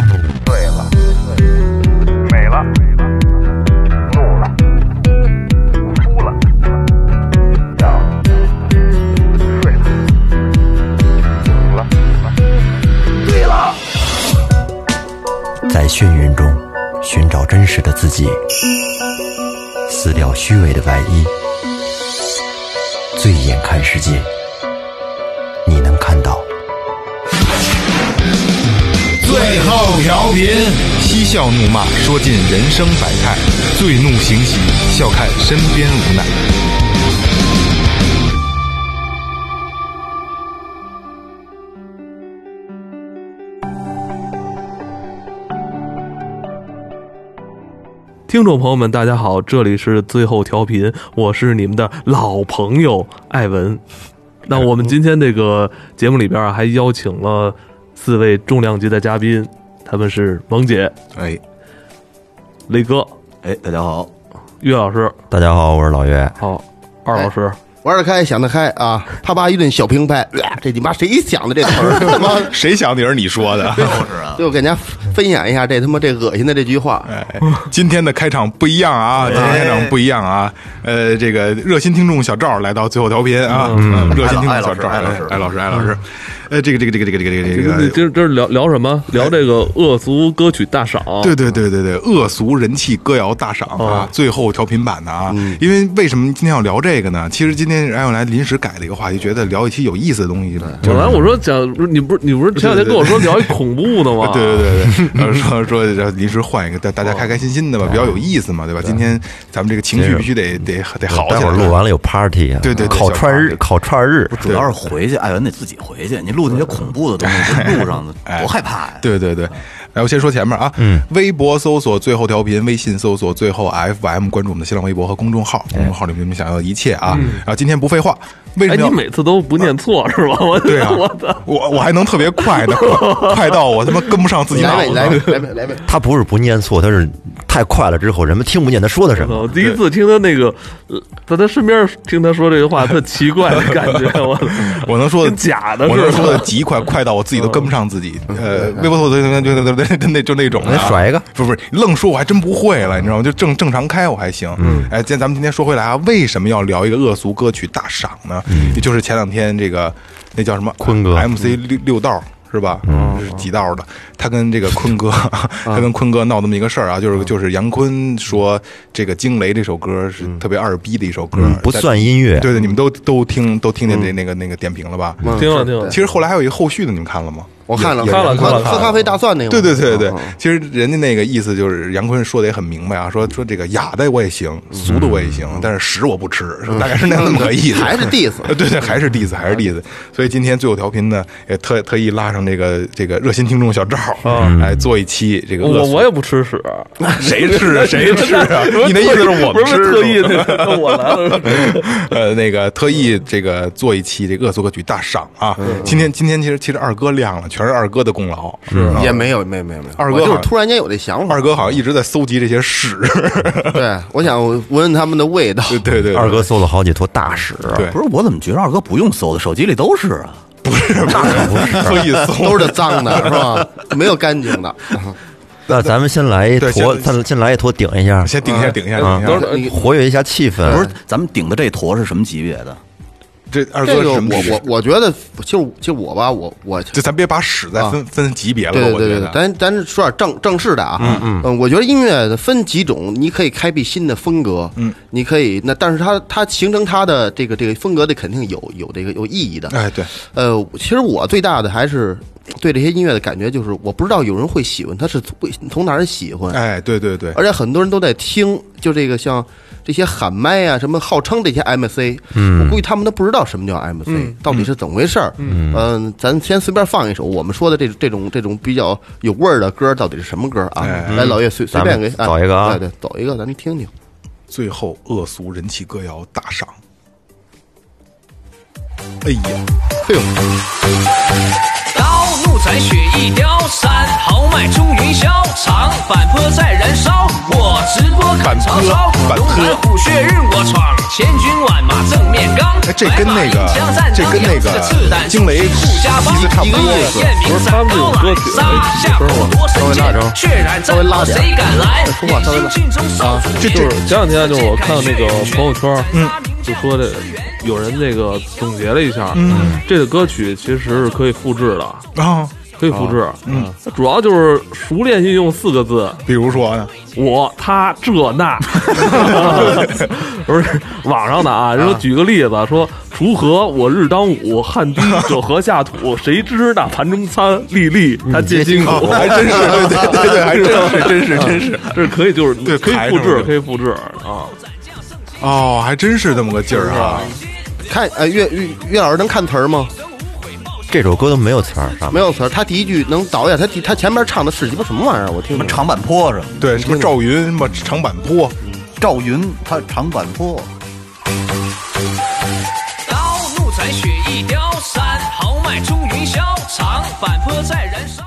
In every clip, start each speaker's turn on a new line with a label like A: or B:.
A: 了，美了，怒了，哭了，笑了，睡了，醒了，醉了。
B: 在眩晕中寻找真实的自己，撕掉虚伪的外衣，醉眼看世界，你能看到。
C: 最后调频，嬉笑怒骂，说尽人生百态；醉怒行喜，笑看身边无奈。
D: 听众朋友们，大家好，这里是最后调频，我是你们的老朋友艾文。那我们今天这个节目里边啊，还邀请了四位重量级的嘉宾，他们是萌姐、
C: 哎，
D: 雷哥、
E: 哎，大家好，
D: 岳老师，
B: 大家好，我是老岳。
D: 好，二老师，
F: 玩得开，想得开啊！啪啪一顿小平拍，呀这你妈谁想的这词儿？他妈，
C: 谁想的也是你说 的。
F: 就给大家分享一下这他妈这恶心的这句话。
C: 哎，今天的开场不一样啊，今天开场不一样啊。呃，这个热心听众小赵来到最后调频啊，嗯热心听众小赵，
E: 艾
C: 哎
E: 老师
C: 艾老师，艾老师，呃，这个这个这个这个这个这
D: 你
C: 个
D: 你
C: 这个。
D: 今这是聊聊什么？聊这个恶俗歌曲大赏。
C: 对对对对对，恶俗人气歌谣大赏啊，最后调频版的啊，因为为什么今天要聊这个呢？其实今天然后来临时改了一个话题，觉得聊一期有意思的东西呃呢，
D: 本来我说想，不是你不是你不是前两天跟我说聊一恐怖的吗？
C: 对对对对，然后说说然后临时换一个，大大家开开心心的吧，比较有意思嘛，对吧？今天咱们这个情绪必须得得得好
B: 待
C: 起
B: 会
C: 来。啊
B: 儿录完了有 party 啊，
C: 对对对
B: 烤串日，
C: 小
B: 烤串日，
E: 主要是回去，艾文得自己回去。你录那些恐怖的东西，这路上的多害怕呀！
C: 对对对，来，我先说前面啊，嗯，微博搜索最后调频，微信搜索最后 FM，关注我们的新浪微博和公众号，公众号里面你们想要的一切啊。然后今天不废话，为
D: 哎，
C: 什么
D: 你
C: 要？
D: 每次都不念错是吧？我
C: 对啊
D: 我操，，
C: 我我还能特别快呢，快快到我他妈跟不上自己
F: 来
C: 脑
F: 呗，来
C: 子。
F: 呗，来呗，来呗！
B: 他不是不念错，他是太快了之后，人们听不见他说的什么。
D: 我啊第一次听他那个，呃在他身边听他说这个话，特奇怪的感 觉，我操
C: 我能说的
D: 跟假的嗯
C: 我
D: 似
C: 能
D: 的
C: 说的极快，快到我自己都跟不上自己。呃，微博搜索对对对对对，就那就那种的啊。
B: 来甩一个
C: 不是不是，愣说我还真不会了，你知道吗？就正正常开我还行。嗯，哎，今天咱们今天说回来啊，为什么要聊一个恶俗歌曲大赏呢？也就是前两天这个那叫什么
B: 嗯坤哥
C: MC 六六道。是吧？嗯，是几道的？他跟这个 坤哥，
B: 嗯
C: 他跟坤哥闹那么一个事儿啊，就是就是杨坤说这个《惊雷》这首歌是特别二逼的一首歌，
B: 嗯不
C: 在
B: 算音
F: 啊
B: 乐，
C: 对对，你们都都听都听见
F: 嗯
C: 那那个那个点评了吧？
D: 听了听了
C: 其，实后来还有一个后续的，你们看了吗？
F: 我看了，
D: 看了看了
F: 喝咖啡大蒜那个。
C: 对对对对
F: 嗯，嗯
C: 其实人家那个意思就是杨坤说的也很明白啊，说说这个雅的我也行，
F: 嗯
C: 俗的我也行，但是屎我不吃，大概是那样那么个意思。
F: 还是 diss
C: 呃 对对，还是 diss，还是 diss。所以今天最后调频呢，也特特意拉上这个这个热心听众小赵，
F: 嗯
C: 来做一期这个恶
D: 我
C: 俗
D: 我也不吃屎，
C: 谁吃啊谁吃啊
D: 不？
C: 你的意思是我们
D: 不
C: 吃
D: 是特意
C: 是吗
D: 的，我来了。
C: 呃，那个特意这个做一期这个恶作歌曲大赏啊。今天今天其实其实二哥亮了，全是二哥的功劳。是啊
F: 也没有，没有，没有，没有。
C: 二哥
F: 我就
C: 好像
F: 是突然间有这想法
C: 二，哥好像一直在搜集这些屎。
F: 对，我想闻闻他们的味道。
C: 对对对，
B: 二哥搜了好几坨大屎。
C: 对
E: 不是，我怎么觉得二哥不用搜的，手机里都是啊？
C: 特意搜。
F: 都是脏的，是吧？没有干净的。
B: 那咱们先来一
C: 对
B: 坨，
C: 先
B: 咱先来一坨顶一下，
C: 先顶一下，顶一下，顶一
D: 等
C: 下。
D: 会儿
F: 你
B: 活跃一下气氛。
E: 不是，咱们顶的这坨是什么级别的？
C: 这二
F: 这
C: 哥
F: 个
C: 是
F: 我
C: 什么级别
F: 我我觉得，就就我吧，我我
C: 就咱别把屎再分分级别了吧，
F: 对
C: 我
F: 对
C: 觉
F: 对对，
C: 得。
F: 咱咱说点正正式的啊，嗯嗯，我觉得音乐分几种，你可以开辟新的风格，嗯，你可以那，但是它它形成它的这个这个风格的肯定有有这个有意义的，
C: 哎，对，
F: 呃，其实我最大的还是对这些音乐的感觉就是，我不知道有人会喜欢，他是从从哪儿喜欢，
C: 哎，对对对，
F: 而且很多人都在听，就这个像这些喊麦啊，什么号称这些 MC，嗯，我估计他们都不知道什么叫 MC，、到底是怎么回事儿。嗯、咱先随便放一首我们说的这这种这种比较有味儿的歌，到底是什么歌啊？
C: 哎
F: 来，老岳随随
B: 嗯咱们
F: 便给哎
B: 找一个啊
F: 对对，走一个，咱们听听。
C: 最后恶俗人气歌谣大赏。哎呀，哎呦，
G: 刀怒斩雪一雕，山豪迈冲云霄，长坂坡在燃烧，我直播
C: 板
G: 砍曹
C: 坡
G: 操
C: 板，坡
G: 龙盘虎穴任我闯，千军万马正面刚。
C: 哎这跟那个这跟那个惊雷意思差不多
G: 不是他们有歌曲，下我稍微拉着，稍微拉点，哎说话稍微拉啊，
C: 这
D: 就
C: 这
D: 是前两天就是我看到那个朋友圈，嗯，就说这有人那个总结了一下，嗯，这个歌曲其实是可以复制的，
C: 啊，
D: 可以复制，嗯，主要就是熟练运用四个字，
C: 比如说呢，
D: 我他这 那，不是网上的啊，人说举个例子，说锄禾我日当午，汗滴者禾 下土，谁知那盘中餐，粒粒他皆辛苦，
C: 嗯哦还真是，对对对对，还真是，真是，真是，
D: 啊这可以就是
C: 对
D: 可以
C: 排
D: 复
C: 上
D: 制，
C: 去
D: 可以复制啊，
C: 哦，还真是这么个劲儿啊，
F: 看，哎，岳岳岳老师能看词儿吗？
B: 这首歌都没有词儿，上面
F: 没有词儿，他第一句能倒下，他第他前面唱的是鸡巴什么玩意儿？啊我听
E: 什
F: 不
E: 么
F: 懂
E: 长坂坡什么的，
C: 对，什么赵云，什么长坂坡，
E: 赵云他长坂坡，
G: 刀怒斩雪一雕，山豪迈冲云霄，长坂坡在燃烧。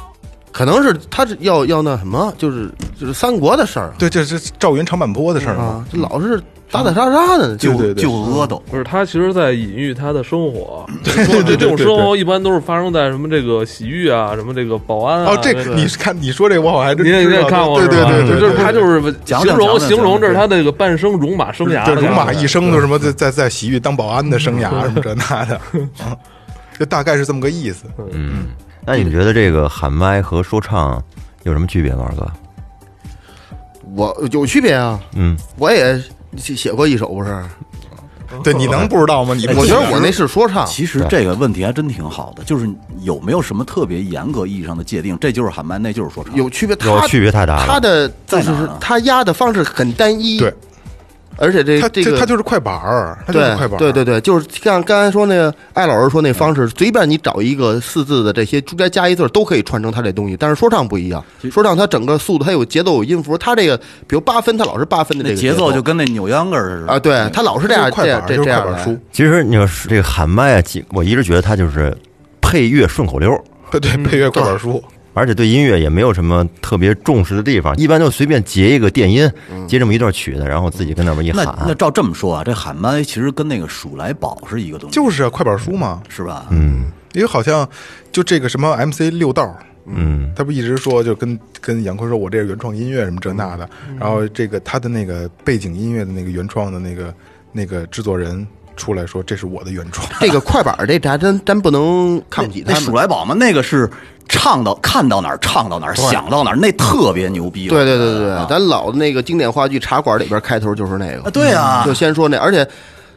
F: 可能是他是要要那什么，就是就是三国的事儿
C: 对，这是赵云长坂坡的事儿吗？
F: 啊，这老是打打杀杀的，
C: 对
F: 就
C: 对对
E: 就，阿斗，
D: 不是，他其实，在隐喻他的 生活。说这这种生活一般都是发生在什么这个洗浴啊，什么这个保安啊。
C: 哦，这
D: 个
C: 你看你说这我好像还真
D: 你也你
C: 知
D: 也
C: 道，
D: 看过
C: 对对
D: 是吧
C: 对对，
D: 就是
C: 对
D: 他就是
E: 讲讲
D: 形容
E: 讲讲
D: 形容
E: 讲
D: 这是他那个半生戎马生涯
C: 对
D: 的感觉，
C: 戎马一生都什么在在在洗浴当保安的生 涯什么这那的，嗯就大概是这么个意思。
B: 那你们觉得这个喊麦和说唱有什么区别吗，二哥？
F: 我有区别啊，
B: 嗯，
F: 我也写写过一首不是？
D: 嗯
C: 对，你能不知道吗？你
F: 我觉得哎我那是说唱，
E: 其实这个问题还真挺好的，就是有没有什么特别严格意义上的界定？这就是喊麦，那就是说唱。
F: 有区别，他
B: 有区别太大了
F: 他的就
E: 在哪
F: 是
E: 儿啊
F: 他压的方式很单一，
C: 对，
F: 而且这
C: 他
F: 这
C: 这
F: 个
C: 他就是快板儿，他就是
F: 对
C: 快板儿，
F: 对对对，就是像刚才说那个艾老师说那方式，随便你找一个四字的这些中间加一字儿都可以串成他这东西。但是说唱不一样，说唱它整个速度，它有节奏有音符，它这个比如八分，它老是八分的这
E: 那
F: 个
E: 节
F: 奏
E: 奏就跟那扭秧歌儿似的
F: 啊，对，它老是这样
C: 快
F: 这
C: 板
F: 样
C: 儿
F: 这
C: 就是
F: 这
C: 快
F: 样
C: 板
F: 来
C: 书，
B: 其实你说是这个喊麦啊，其我一直觉得它就是配乐顺口溜，
C: 对对配乐快
F: 嗯
C: 板书，
B: 而且对音乐也没有什么特别重视的地方，一般就随便截一个电音，截这么一段曲子，然后自己跟那边一
E: 那
B: 喊。
E: 那照这么说啊，这喊麦其实跟那个数来宝是一个东西，
C: 就是啊快板书嘛。
E: 是吧？
B: 嗯
C: 因为好像就这个什么 MC 六道，
B: 嗯，
C: 他不一直说就跟跟杨坤说，我这是原创音乐什么这那的，
F: 嗯
C: 然后这个他的那个背景音乐的那个原创的那个那个制作人出来说，这是我的原创。
F: 这个快板儿这咱真真不能看不起
E: 那
F: 他
E: 数
F: 们。
E: 来宝嘛，那个是唱到看到哪儿唱到哪儿，想到哪儿，那特别牛逼。
F: 对对对对对，咱老的那个经典话剧《茶馆》里边开头就是那
E: 啊，
F: 个，
E: 对啊
F: 嗯就，先说那，而且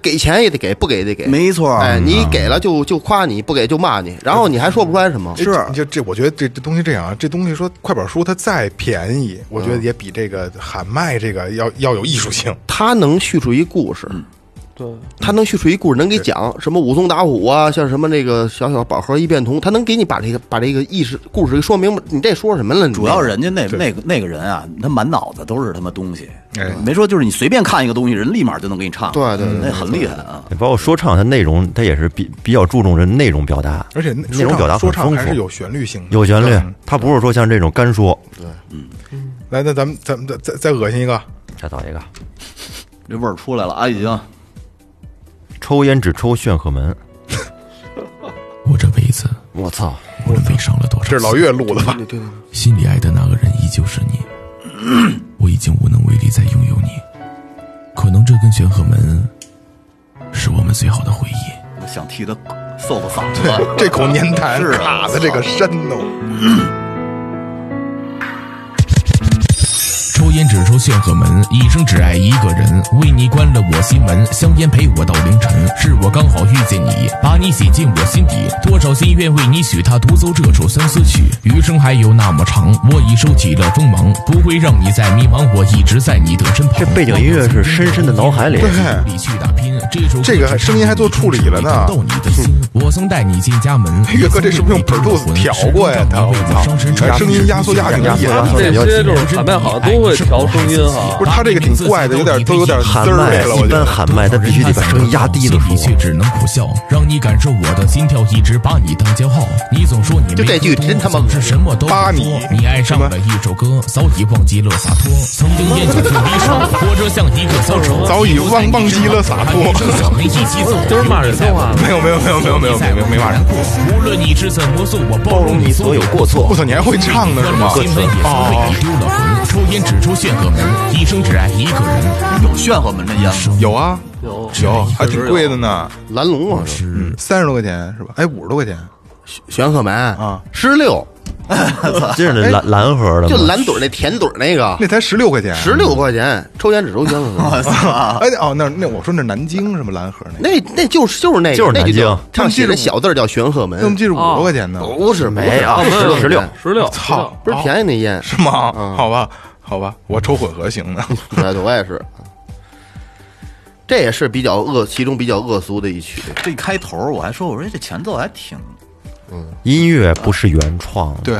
F: 给钱也得给，不给得给，
E: 没错儿。嗯
F: 哎，你给了就就夸你，不给就骂你，然后你还说不出来什
E: 嗯
F: 么。
C: 这你就这，我觉得这这东西这样啊，这东西说快板书它再便宜，我觉得
B: 嗯
C: 也比这个喊麦这个要要有艺术性。
F: 他能叙述一故事，
E: 嗯
D: 对，
F: 他能叙述一故事，能给讲什么武松打虎啊，像什么那个小小宝盒一变通，他能给你把这个把这个意识故事给说明白。你这说什么了？你这
E: 主要人家那那个那个人啊，他满脑子都是他妈东西
C: 哎，
E: 没说就是你随便看一个东西，人立马就能给你唱，
F: 对对对
E: 那很厉害啊。
B: 包括说唱，它内容它也是比比较注重这内容表达，
C: 而且
B: 内
C: 说
B: 容表达很
C: 唱说唱
B: 丰
C: 还是
B: 富，
C: 有旋律性的，
B: 有旋律
C: 嗯，
B: 它不是说像这种干说。
C: 来，那咱们咱们再再再恶心一个，
B: 再找一个，
E: 这味儿出来了啊，已经
B: 抽烟只抽炫赫门，
H: 我这辈子
B: 我操，
H: 无论悲伤了多少，
C: 这是老岳录的吧？
H: 心里爱的那个人依旧是 你，我已经无能为力再拥有你。可能这根玄鹤门是我们最好的回忆。
E: 我想替他哎嗽嗽嗓子了。
C: 这口粘痰
E: 是啊
C: 卡的这个山哦，
H: 抽烟只抽炫鹤门，一生只爱一个人。为你关了我心门，香烟陪我到凌晨。是我刚好遇见你，把你写进我心底。多少心愿为你许，他独奏这首相思曲。余生还有那么长，我已收起了锋芒，不会让你再迷茫。我一直在你的身旁。
B: 这背景音乐是深深的脑海里
C: 对，
H: 力去打拼。这首歌
C: 这个声音还做处理了呢
H: 逗你的
C: 嗯
H: 心，我曾带你进家门。
C: 岳哥这是不是用 Pro-Tools 调过呀他我操
H: 声
C: 哎声音压缩压挺压
H: 压
C: 缩压缩
D: 哎这些就是喊麦好像都会调调声音哈
C: 不是他这个挺怪的，有点都有点
B: 喊
C: 滋儿味
B: 麦
C: 了，
B: 一
C: 我
B: 般
C: 觉得。
B: 喊麦，他必须得把声音压低了
H: 心里
B: 说。
H: 却只能苦笑，让你感受我的心跳一直把你当骄傲。你总说你没
F: 就这句
H: 喝多
F: 真他妈恶心
H: 是什么都不
C: 扒
H: 说
C: 你
H: 你爱上了一首歌，早已忘记了洒脱。曾经烟酒最离手，活着像一个小丑，
C: 早已忘忘记了洒脱
H: 我们一起 走，
D: 就是骂人的话。
C: 没有没有没有没有没有没有没骂人。
H: 无论你是怎么做，我包容你所有过错。
C: 我操，你还会唱呢是吗？
H: 新闻也曾为你丢了
I: 哦
H: 魂，抽烟只抽炫赫门，一生只爱一个人。
E: 有炫赫门这烟吗？
C: 有啊，
D: 有
C: 有，还挺贵的呢，
F: 蓝龙啊
E: 嗯
F: 嘛，
C: 三十多块钱是吧？哎，五十多块钱，
F: 玄鹤门
C: 啊，
F: 十六
B: 这是蓝蓝盒的
F: 就
B: 吗？
F: 蓝嘴儿那甜嘴儿那个，
E: 嗯
C: 那才十六块钱。
F: 十六块钱，抽烟只抽玄鹤门，
C: 哎哦，那那我说那南京什么蓝盒那个，
F: 那那就是就是那个，
B: 就是
F: 那
B: 南京
F: 叫他们写的小字儿叫玄鹤
C: 那我们
F: 门，哦
C: 记着五十多块钱呢，
F: 不是
B: 没有哦
F: 不是
B: 16
F: 块钱
D: 十六，
C: 操，
F: 不是便宜那烟，
C: 是吗？好吧，好吧，我抽混合型的，
F: 对，我也是。这也是比较恶，其中比较恶俗的一曲。
E: 这开头我还说，我说这前奏还挺……
B: 音乐不是原创的，
C: 对，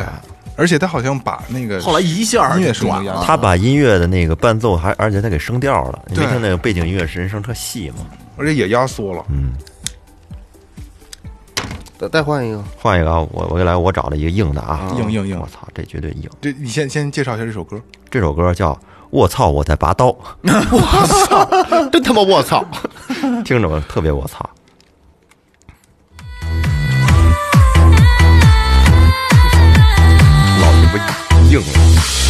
C: 而且他好像把那个
E: 后来一下
C: 音乐
E: 就是
C: 不
E: 转
C: 一样
E: 了，
B: 他把音乐的那个伴奏还而且他给升调了，你没
C: 对
B: 听那个背景音乐是人声特细吗？
C: 而且也压缩了，
F: 再再换一个，
B: 换一个啊，我我给来我找了一个硬的啊，
C: 硬硬硬
B: 我操，这绝对硬！
C: 这你先先介绍一下这首歌，
B: 这首歌叫《我操我在拔刀》，
F: 真他妈我操！
C: 嗯
B: 听着吧，特别我操。老鸡巴硬了，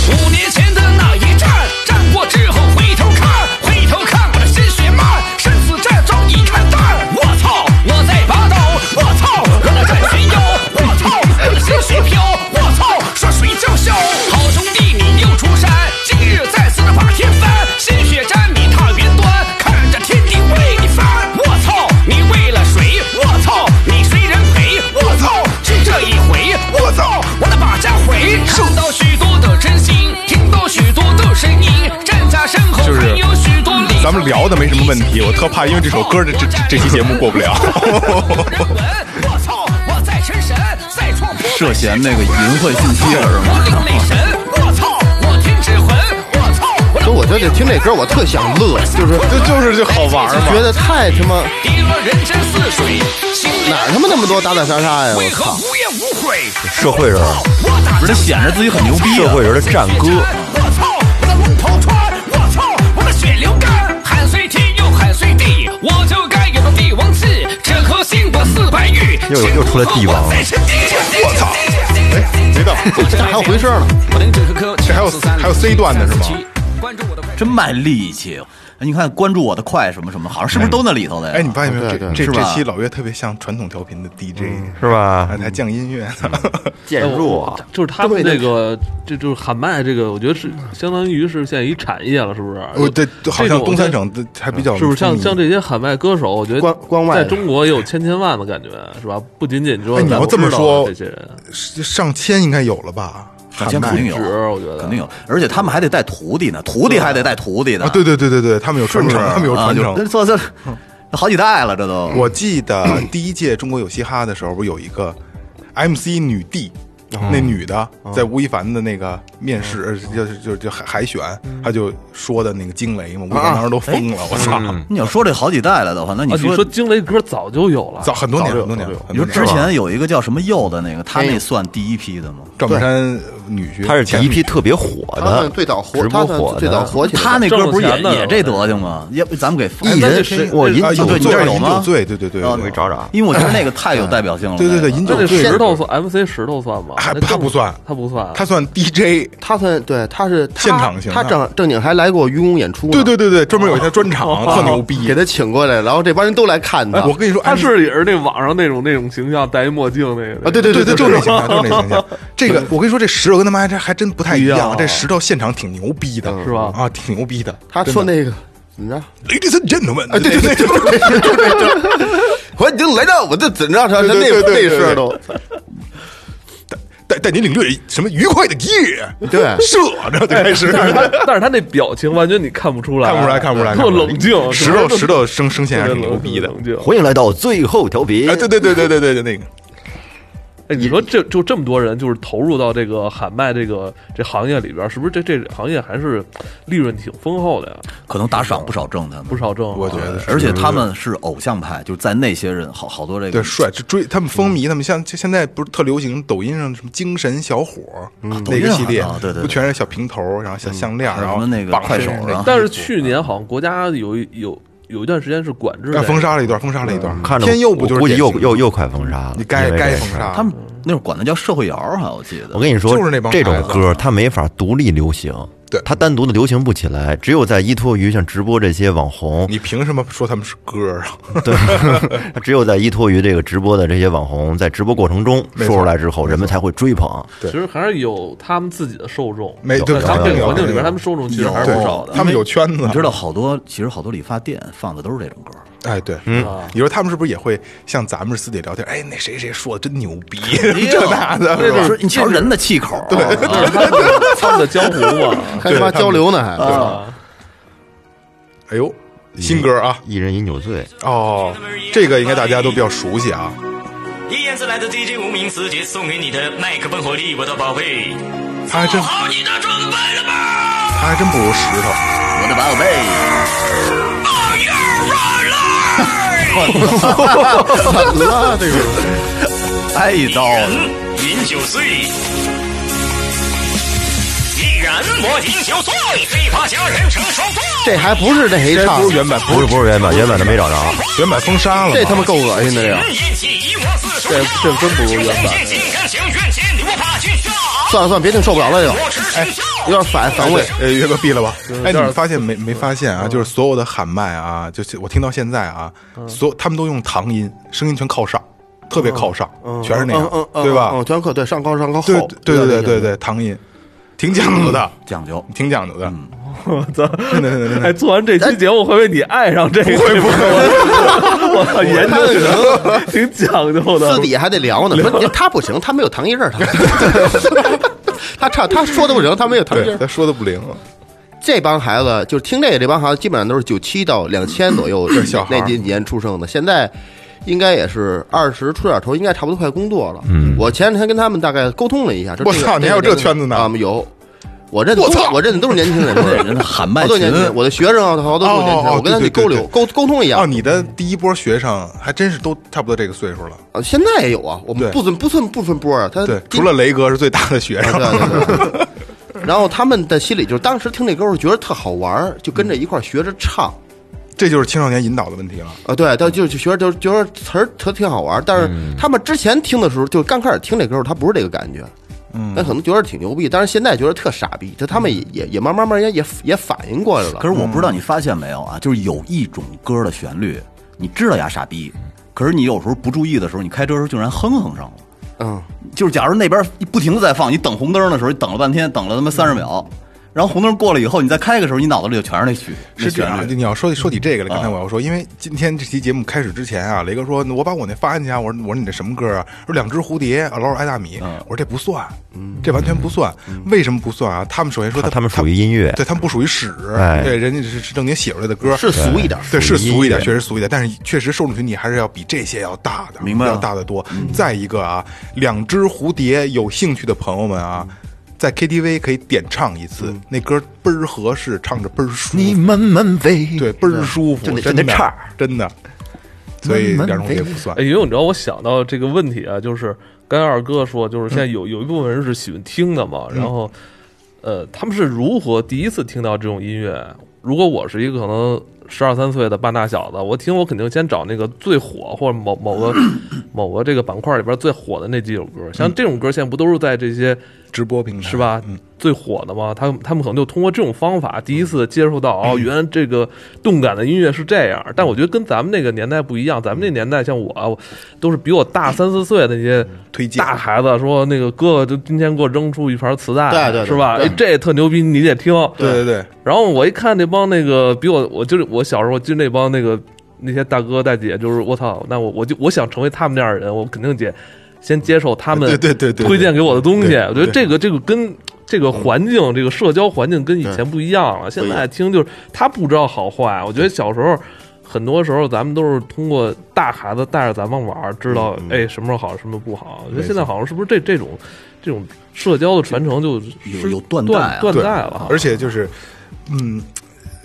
G: 五年前的那一战，战过之后回头看，回头看我的鲜血漫，生死战中已看淡。我操，我在拔刀，我操，热闹在群妖，我操，我的鲜血飘，我操，说谁叫嚣？好兄弟你又出山，今日再次的把天翻，鲜血沾你踏云端，看着天地为你翻。我操，你为了谁？我操，你谁人陪？我操，就这一回，我操，我得把家回。看到许多的真心，听到许多的声音，站在身后
C: 就是
G: 还有许多理想
C: 咱们聊的没什么问题，我特怕因为这首歌这这这这期节目过不了。
G: 我操，我在成神，再创
E: 涉嫌那个淫秽信息了是吗
G: 我领雷神，我操，我天之魂，我操，我
F: 所以我觉得听这歌，我特想乐，就是
C: 就就是就好玩嘛
F: 觉得太他妈
G: 跌落人间似水，心里
F: 哪儿
E: 哎
F: 他妈那么多打打杀杀哎呀！我
G: 为何
F: 操！
G: 无怨无悔？
B: 社会人，
G: 我打
E: 不是他显着自己很牛逼
B: 社
E: 啊！
B: 会人的战歌，
G: 我操，我的龙头穿，我操，我的血流干，喊碎天又喊碎地，我就该有的帝王气，这颗心我似白玉，
B: 又又出来帝王了
G: 我操，哎，
C: 没到，
F: 这还有回声呢，
C: 这还有还有 C 段的是吗？
G: 关注我的微信
E: 真卖力气。哎你看关注我的快什么什么，好像是不是都那里头的呀？
C: 哎，你发现没有？
F: 对
C: 这
F: 对
C: 这
E: 是吧
C: 这期老岳特别像传统调频的 DJ，
B: 是吧
C: 还？还降音乐呢。
B: 渐弱
C: 嗯
B: 啊，
D: 就是他们这个，这就是喊麦这个，我觉得是相当于是现在一产业了，是不是？
C: 我哦对， 好像东三
D: 省
C: 省的还比较
D: 是不是像
C: 出名
D: 像这些喊麦歌手，我觉得
F: 关关外
D: 在
F: 的
D: 中国也有千千万的感觉，是吧？不仅仅说
C: 哎你要
D: 咱们
C: 这么
D: 知道
C: 说
D: 这些人，
C: 上千应该有了吧？
E: 首先
C: 喊麦
E: 肯定有
D: 喊麦，我觉得啊
E: 肯定有，而且他们还得带徒弟呢，徒弟还得带徒弟呢。
C: 啊！对对对对对，他们有传承，他们有传
E: 啊就
C: 承。
E: 做这好几代了，这都。
C: 我记得第一届中国有嘻哈的时候，不是有一个 MC 女帝，那女的在吴亦凡的那个面试，呃就是就就海海选，她就说的那个惊雷嘛，吴亦凡当时都疯了，我操！
E: 你要说这好几代了的话，那你
D: 啊，你
E: 说
D: 说惊雷歌早就有了，
C: 早很多年，很多年，很
E: 你
C: 多
E: 说
C: 年
E: 之前有一个叫什么佑的那个，
C: 哎
E: 他那算第一批的吗？
C: 赵本山女婿，
B: 他是
C: 前
B: 第一批特别火
F: 他
C: 嗯
B: 的，
F: 们最早火
B: 直，
F: 他
B: 播火
F: 们
B: 的，
F: 最早火起来。
E: 他那歌不是也
D: 挣了钱的
E: 也这德行吗？要不咱们给
B: 一
D: 哎那
B: 人
D: 这谁
B: 我饮
C: 啊
B: 酒
C: 饮
E: 对你哦
C: 酒
E: 这儿
C: 醉，
E: 有
C: 饮
E: 吗
C: 酒醉，对对对，
B: 我给找找啊，
E: 因为我觉得那个 太有代表性了。
C: 对对对，
E: 那个
C: 饮
D: 那
C: 酒
D: 这
C: 醉
D: 石头算 MC 石头算吗？
C: 还
D: 那更
C: 啊他不算
D: 他不算啊，
C: 他算 DJ，
F: 他算对，他是他
C: 现场型的
F: 他正正经还来过愚公演出呢，
C: 对对对对，专门有一台专场，特牛逼。
F: 给他请过来，然后这帮人都来看他。
C: 哎我跟你说，
D: 他
C: MC
D: 是也是那网上那种那种形象，戴一墨镜那个
F: 啊，对对
C: 对
F: 对，
C: 就是那形象，就是那形象。这个我跟你说，这石头跟他们还真还真不太一
D: 不一样啊
C: 样。这石头现场挺牛逼的，
D: 是吧
C: 啊，挺牛逼的。
F: 他说那个怎么着？
C: Ladies and gentlemen，对哎对 对，
F: 我已经来到我这怎么着？他
C: 对对
F: 那
C: 对
F: 那
C: 对对
F: 事都
C: 带带您领略什么愉快的夜，
F: 对
C: 射着就开始，
D: 但但是他那表情完全你看不出来，
C: 看不出来，看不出来，
D: 特
C: 看不出来
D: 冷静，
C: 石头石头声声线还
D: 特
C: 是挺
D: 别
C: 牛逼
D: 冷
C: 的。
D: 冷静。
C: 哎
B: 欢迎来到最后调频
C: 哎，，对对对对对对对，那个
D: 哎，你说这就这么多人，就是投入到这个喊麦这个这行业里边儿，是不是这这行业还是利润挺丰厚的呀？
E: 可能打赏不少挣他们，
D: 不少挣啊，
C: 我觉得是，
E: 而且他们是偶像派，就在那些人好好多这个
C: 对帅，这追他们风靡，他们像现在不是特流行抖音上什么精神小伙那个系列
E: 啊，对对对
C: 不全是小平头，然后小项链，
E: 还有
C: 然后
E: 什么那个
C: 绑
E: 快手
C: 身上那
E: 啊
D: 但是去年好像国家有一有有一段时间是管制
C: 啊
D: 的，
C: 封杀了一段，封杀了一段，
B: 看着
C: 天佑不就
B: 我
C: 是
B: 估计
C: 典型
B: 又
C: 的
B: 又又快封杀了，
C: 你该
B: 因为这
C: 该
B: 事儿
C: 封杀
E: 他们那会儿管它叫社会摇儿，哈，我记得。
B: 我跟你说，
C: 就是那帮
B: 这种
C: 孩子啊
B: 歌，它没法独立流行，
C: 对
B: 它单独的流行不起来，只有在依托于像直播这些网红，
C: 你凭什么说他们是歌啊？
B: 对，它只有在依托于这个直播的这些网红，在直播过程中
C: 没
B: 说
C: 错
B: 出来之后，人们才会追捧。
D: 其实还是有他们自己的受众，
C: 没对
D: 在他们
B: 有
D: 这个
B: 有
D: 环境里边，
C: 有
D: 他们受众其实还是
C: 对
D: 不少的。
C: 他们有圈子，嗯
E: 你知道好多，其实好多理发店放的都是这种歌儿。
C: 哎，对，嗯，你说他们是不是也会像咱们私底下聊天？哎，那谁谁说的真牛 逼， 这那的，是吧
E: 说哎你瞧人的气口儿，
D: 啊他们他们的江湖嘛，
F: 还他妈交流呢还。
C: 哎呦，新歌啊，
B: 一人饮酒醉，
C: 哦，这个应该大家都比较熟悉啊。
I: 一言自来自 DJ 无名世界送给你的麦克风火力，我的宝贝。
C: 他还真
I: 做好你的准备了吗
C: 他还真不如石头，
E: 我的宝贝，
I: ？Are you ready？
E: 哎一刀，
I: 人嗯饮酒醉，一人我饮酒醉，飞发佳人成双对。
F: 这还不是那谁
C: 这
F: 唱
C: 不，是原版，
B: 不是不是原版，原版的没找着。啊
C: 原版封杀了
F: 这他
C: 吗？
F: 妈够恶心的这个。
I: 这这真不如原版。
F: 算了算了，别听，受不了了又，
I: 哎，
F: 有点反反胃。
C: 呃，岳哥毙了吧？哎，你们发现没没发现啊？就是所有的喊麦啊，就是我听到现在啊，所有他们都用唐音，声音全靠上，特别靠上，全是那样，
F: 嗯嗯，
C: 对吧？
F: 嗯，全课对上高上高后
C: 对，对对对对对，唐嗯音，挺讲究的，
E: 讲 究。
C: 挺讲究的。
D: 我操！哎，做完这期节目，会不会你爱上这个？
C: 不会不会
D: 我操，研究的挺讲究的
F: 私。底下还得 聊呢。说你他不行，他没有唐一儿，他他唱他说的不行，他没有唐一
C: 对，
F: 儿。
C: 他说的不灵，啊
F: 这帮孩子就是听这个，这帮孩子基本上都是九七到两千左右
C: 嗯小孩儿
F: 那几年出生的，现在。应该也是二十出点头，应该差不多快工作了。嗯，我前两天跟他们大概沟通了一下，就
C: 我
F: 这个
C: 操你还有这圈子呢
F: 啊，有，我认我
C: 操
F: 我认的都是年轻 人，
E: 对，人家喊麦
F: 好多
E: 琴
F: 年轻，人，我的学生啊，好多都是年轻
C: 哦哦
F: 人，
C: 哦
F: 我跟他
C: 对
F: 去
C: 对
F: 沟
C: 对
F: 流沟沟通一下
C: 哦，。你的第一波学生还真是都差不多这个岁数了。
F: 啊，现在也有啊，我们
C: 对
F: 不分不分不分波啊，他
C: 对，
F: 今
C: 除了雷哥是最大的学
F: 啊
C: 生
F: 对，对对 对然后他们的心里就是当时听这歌儿觉得特好玩儿，就跟着一块儿学着唱。
C: 这就是青少年引导的问题了。
F: 啊，对，他就就学着就觉得词儿特挺好玩儿，但是他们之前听的时候，就刚开始听这歌儿时候，他不是这个感觉，嗯，但可能觉得挺牛逼，但是现在觉得特傻逼，就他们也也也慢慢慢慢也也也反应过来了。
E: 可是我不知道
C: 嗯
E: 你发现没有啊，就是有一种歌的旋律，你知道呀傻逼，可是你有时候不注意的时候，你开车的时候竟然哼哼上了。
F: 嗯，
E: 就是假如那边不停的在放，你等红灯的时候，你等了半天，等了他妈
C: 嗯
E: 三十秒，然后红灯过了以后，你再开的时候，你脑子里就全是那曲，那
C: 是嗯这样啊，
E: 旋
C: 就
E: 律。
C: 你要说说起这个来，刚才我要说，因为今天这期节目开始之前啊，雷哥说我把我那发进去啊，我说我说你这什么歌啊？说两只蝴蝶，啊，老鼠爱大米。我说这不算，这完全不算。为什么不算啊？他们首先说
B: 他
C: 嗯他
B: 他们属于音乐，
C: 对他们不属于史，
B: 哎
C: 对，人家是是正经写出来的歌，
F: 是俗一点儿，
C: 对，是
B: 属于
C: 俗一
B: 音
C: 点，
B: 乐
C: 确实俗一点，但是确实受众群体还是要比这些要大的，
E: 明白了
C: 要大得多。再一个啊，两只蝴蝶有兴趣的朋友们啊，在 KTV 可以点唱一次，那歌倍儿合适，唱着倍儿舒
B: 你
C: 服，
B: 慢慢飞，
C: 对，倍儿舒服，
B: 真的
C: 真
B: 真的差
C: 的真的。所以
B: 慢慢
C: 两种也
B: 飞
C: 不算
D: 哎，，因为我你知道，我想到这个问题啊，就是刚才二哥说，就是现在有有一部分人是喜欢听的嘛，然后，呃，他们是如何第一次听到这种音乐？如果我是一个可能十二三岁的半大小子，我听我肯定先找那个最火或者某某个某个这个板块里边最火的那几首歌。像这种歌现在不都是在这些
C: 直播平台嗯
D: 是？吧？
F: 嗯
D: 最火的嘛，他们他们可能就通过这种方法第一次接触到
F: 嗯
D: 哦，原来这个动感的音乐是这样。但我觉得跟咱们那个年代不一样，咱们
F: 嗯
D: 那年代像我，我都是比我大三四岁的那些
F: 嗯
C: 推荐
D: 大孩子，说那个哥哥就今天给我扔出一盘磁带，
F: 对对对
D: 是吧？
F: 对
D: 哎，这特牛逼，你得听。
C: 对对对，
D: 然后我一看那帮那个比我，我就是我小时候就那帮那个那些大哥大姐，就是我操，那我我就我想成为他们那样的人，我肯定得先接受他们
C: 对对对对对
D: 推荐给我的东西。
C: 对
D: 我觉得
C: 对
D: 这个这个跟这个环境、这个社交环境跟以前不一样了。现在听就是他不知道好坏，我觉得小时候。很多时候咱们都是通过大孩子带着咱们玩儿，知道
C: 嗯
D: 哎什么时候好，什么不好。我觉得现在好像是不是这这种这种社交的传承就
E: 有有断
D: 断
E: 代啊
D: 断
C: 对
D: 代了，
C: 而且就是，嗯。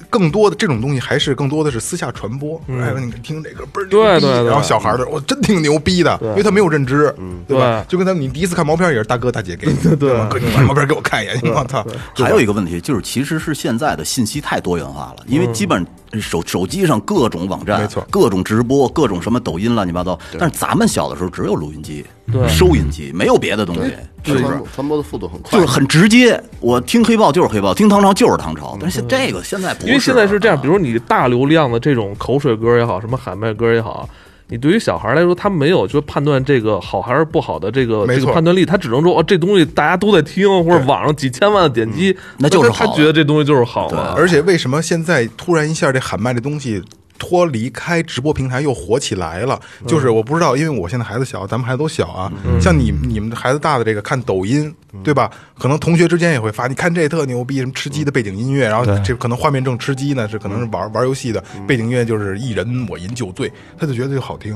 C: 更多的这种东西还是更多的是私下传播。哎，你听这个倍儿牛
D: 嗯对
C: 逼
D: 对对
C: 然后小孩儿的我真挺牛逼的，因为他没有认知，对吧？
D: 对
C: 就跟他们你第一次看毛片也是大哥大姐给你， 对吧哥你把毛片给我看一眼，我操！
E: 还有一个问题就是，其实是现在的信息太多元化了，因为基本手手机上各种网
C: 嗯
E: 站，
C: 没错
E: 各种直播，各种什么抖音乱七八糟。但是咱们小的时候只有录音机、收音机，没有别的东西，是不是
F: 传？传播的速度很
E: 就
F: 快
E: 是，很直接，我听黑豹就是黑豹，听唐朝就是唐
C: 嗯
E: 朝。但是现这个现在不是，啊
D: 因为现在是
C: 啊
D: 这样，比
E: 如
D: 如你大流量的这种口水歌也好，什么喊麦歌也好，你对于小孩来说，他没有就判断这个好还是不好的这个
C: 没
D: 这
C: 错
D: 个判断力，他只能说哦，这东西大家都在听，或者网上几千万的点击，
C: 嗯
E: 那就是
D: 他
E: 好
D: 他觉得这东西就是好嘛。
C: 而且为什么现在突然一下这喊麦这东西脱离开直播平台又火起来了？就是我不知道，因为我现在孩子小，咱们孩子都小啊。像你你们孩子大的这个看抖音，对吧？可能同学之间也会发，你看这特牛逼，什么吃鸡的背景音乐，然后这可能画面正吃鸡呢，是可能是玩玩游戏的背景音乐就是一人我饮酒醉，他就觉得就好听，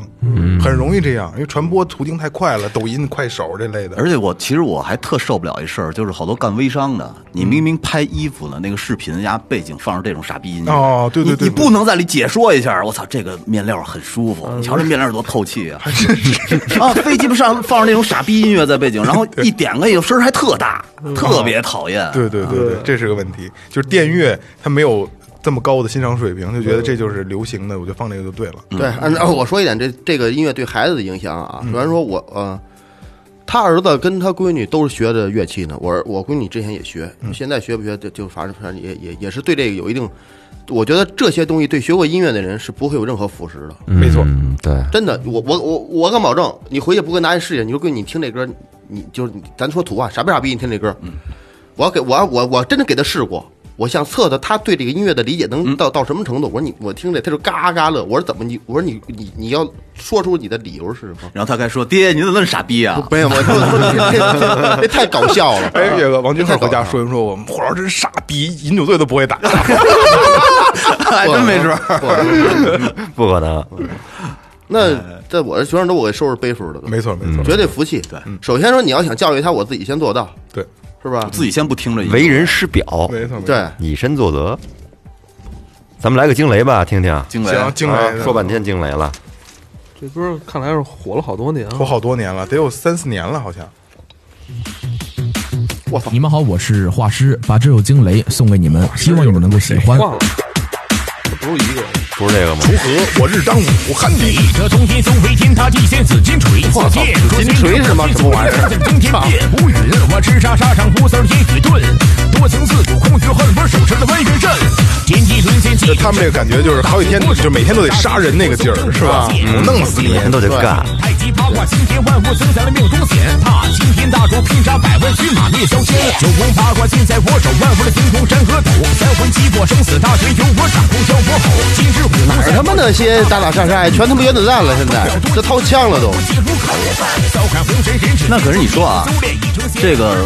C: 很容易这样，因为传播途径太快了，抖音、快手这类的。
E: 而且我其实我还特受不了一事儿，就是好多干微商的，你明明拍衣服的那个视频呀，背景放着这种傻逼音乐，
C: 哦对对对对
E: 你你不能在里解说一下，我操，这个面料很舒服，你瞧这面料多透气啊！ 啊，飞机上放着那种傻逼音乐在背景， 然后一点个有声儿还特大，特别讨厌。
C: 嗯对对对对，这是个问题，就是电乐它没有这么高的欣赏水平，就觉得这就是流行的，我就放这个就对了。
F: 对，按照我说一点，这这个音乐对孩子的影响啊，虽然说我呃，他儿子跟他闺女都是学的乐器呢，我儿我闺女之前也学，现在学不学就就反正反正也也也是对这个有一定，我觉得这些东西对学过音乐的人是不会有任何腐蚀的，
B: 没
C: 错，
H: 嗯
B: 对，
F: 真的，我我我我敢保证，你回去不跟拿人试试，你说闺女你听这歌，你就是你咱说土话，傻不傻逼？你听这歌，我要给我要我我真的给他试过，我想测测他对这个音乐的理解能到、到什么程度。我说你我听着他就嘎嘎乐，我说怎么你我说你你你要说出你的理由是什么？
E: 然后他该说：“爹，你怎么那么傻逼啊
F: 没有，我说 这这这这太搞笑了。
C: 哎，岳哥，王军浩回家
F: 太搞笑
C: 说一说，我们火烧真傻逼，饮酒醉都不会打。
F: 了，
E: 哎
F: 还真没说。
B: 不可能，
F: 那在我的学生都我给收拾背书的了，
C: 没错嗯没错，
F: 绝对服气。对，首先说你要想教育他，我自己先做到，
C: 对，
F: 是吧？”？
E: 自己先不听这音乐
B: 为人师表，
C: 没错没错。
F: 对，
B: 以身作则。咱们来个惊雷吧，听听。
E: 惊雷，
C: 行，惊
B: 啊
C: 雷
B: 说半天惊雷了，
D: 这歌看来是火了好多年啊
C: 我。好多年了，得有三四年了，好像。
H: 你们好，我是画师，把这首《惊雷》送给你们，希望你们能够喜欢。
D: 忘了，
B: 不是这个吗？
C: 我日当午，汉帝
H: 这通天松为天，他地仙紫金锤。我操，金锤是什么什么玩意儿？登天变无云，我叱咤沙场胡丝儿铁与盾，多情自古空余恨，我手持的万人阵。天机沦陷，
C: 他们这个感觉就是好几天，就每天都得杀人那个劲儿，是吧？
B: 嗯
C: 嗯我弄死你
B: 每！天都得干，
H: 太极八卦，惊天万物，生咱的命中险。踏青天大柱，拼杀百万军马灭霄千。九宫八卦尽在我手，万物的星空山河抖。三魂七魄生死大权由我掌控，妖魔吼。今日虎哪
F: 哪儿他妈那些打打杀杀呀，全他妈原子弹了，现在 这掏枪了都。
E: 那可是你说啊，这个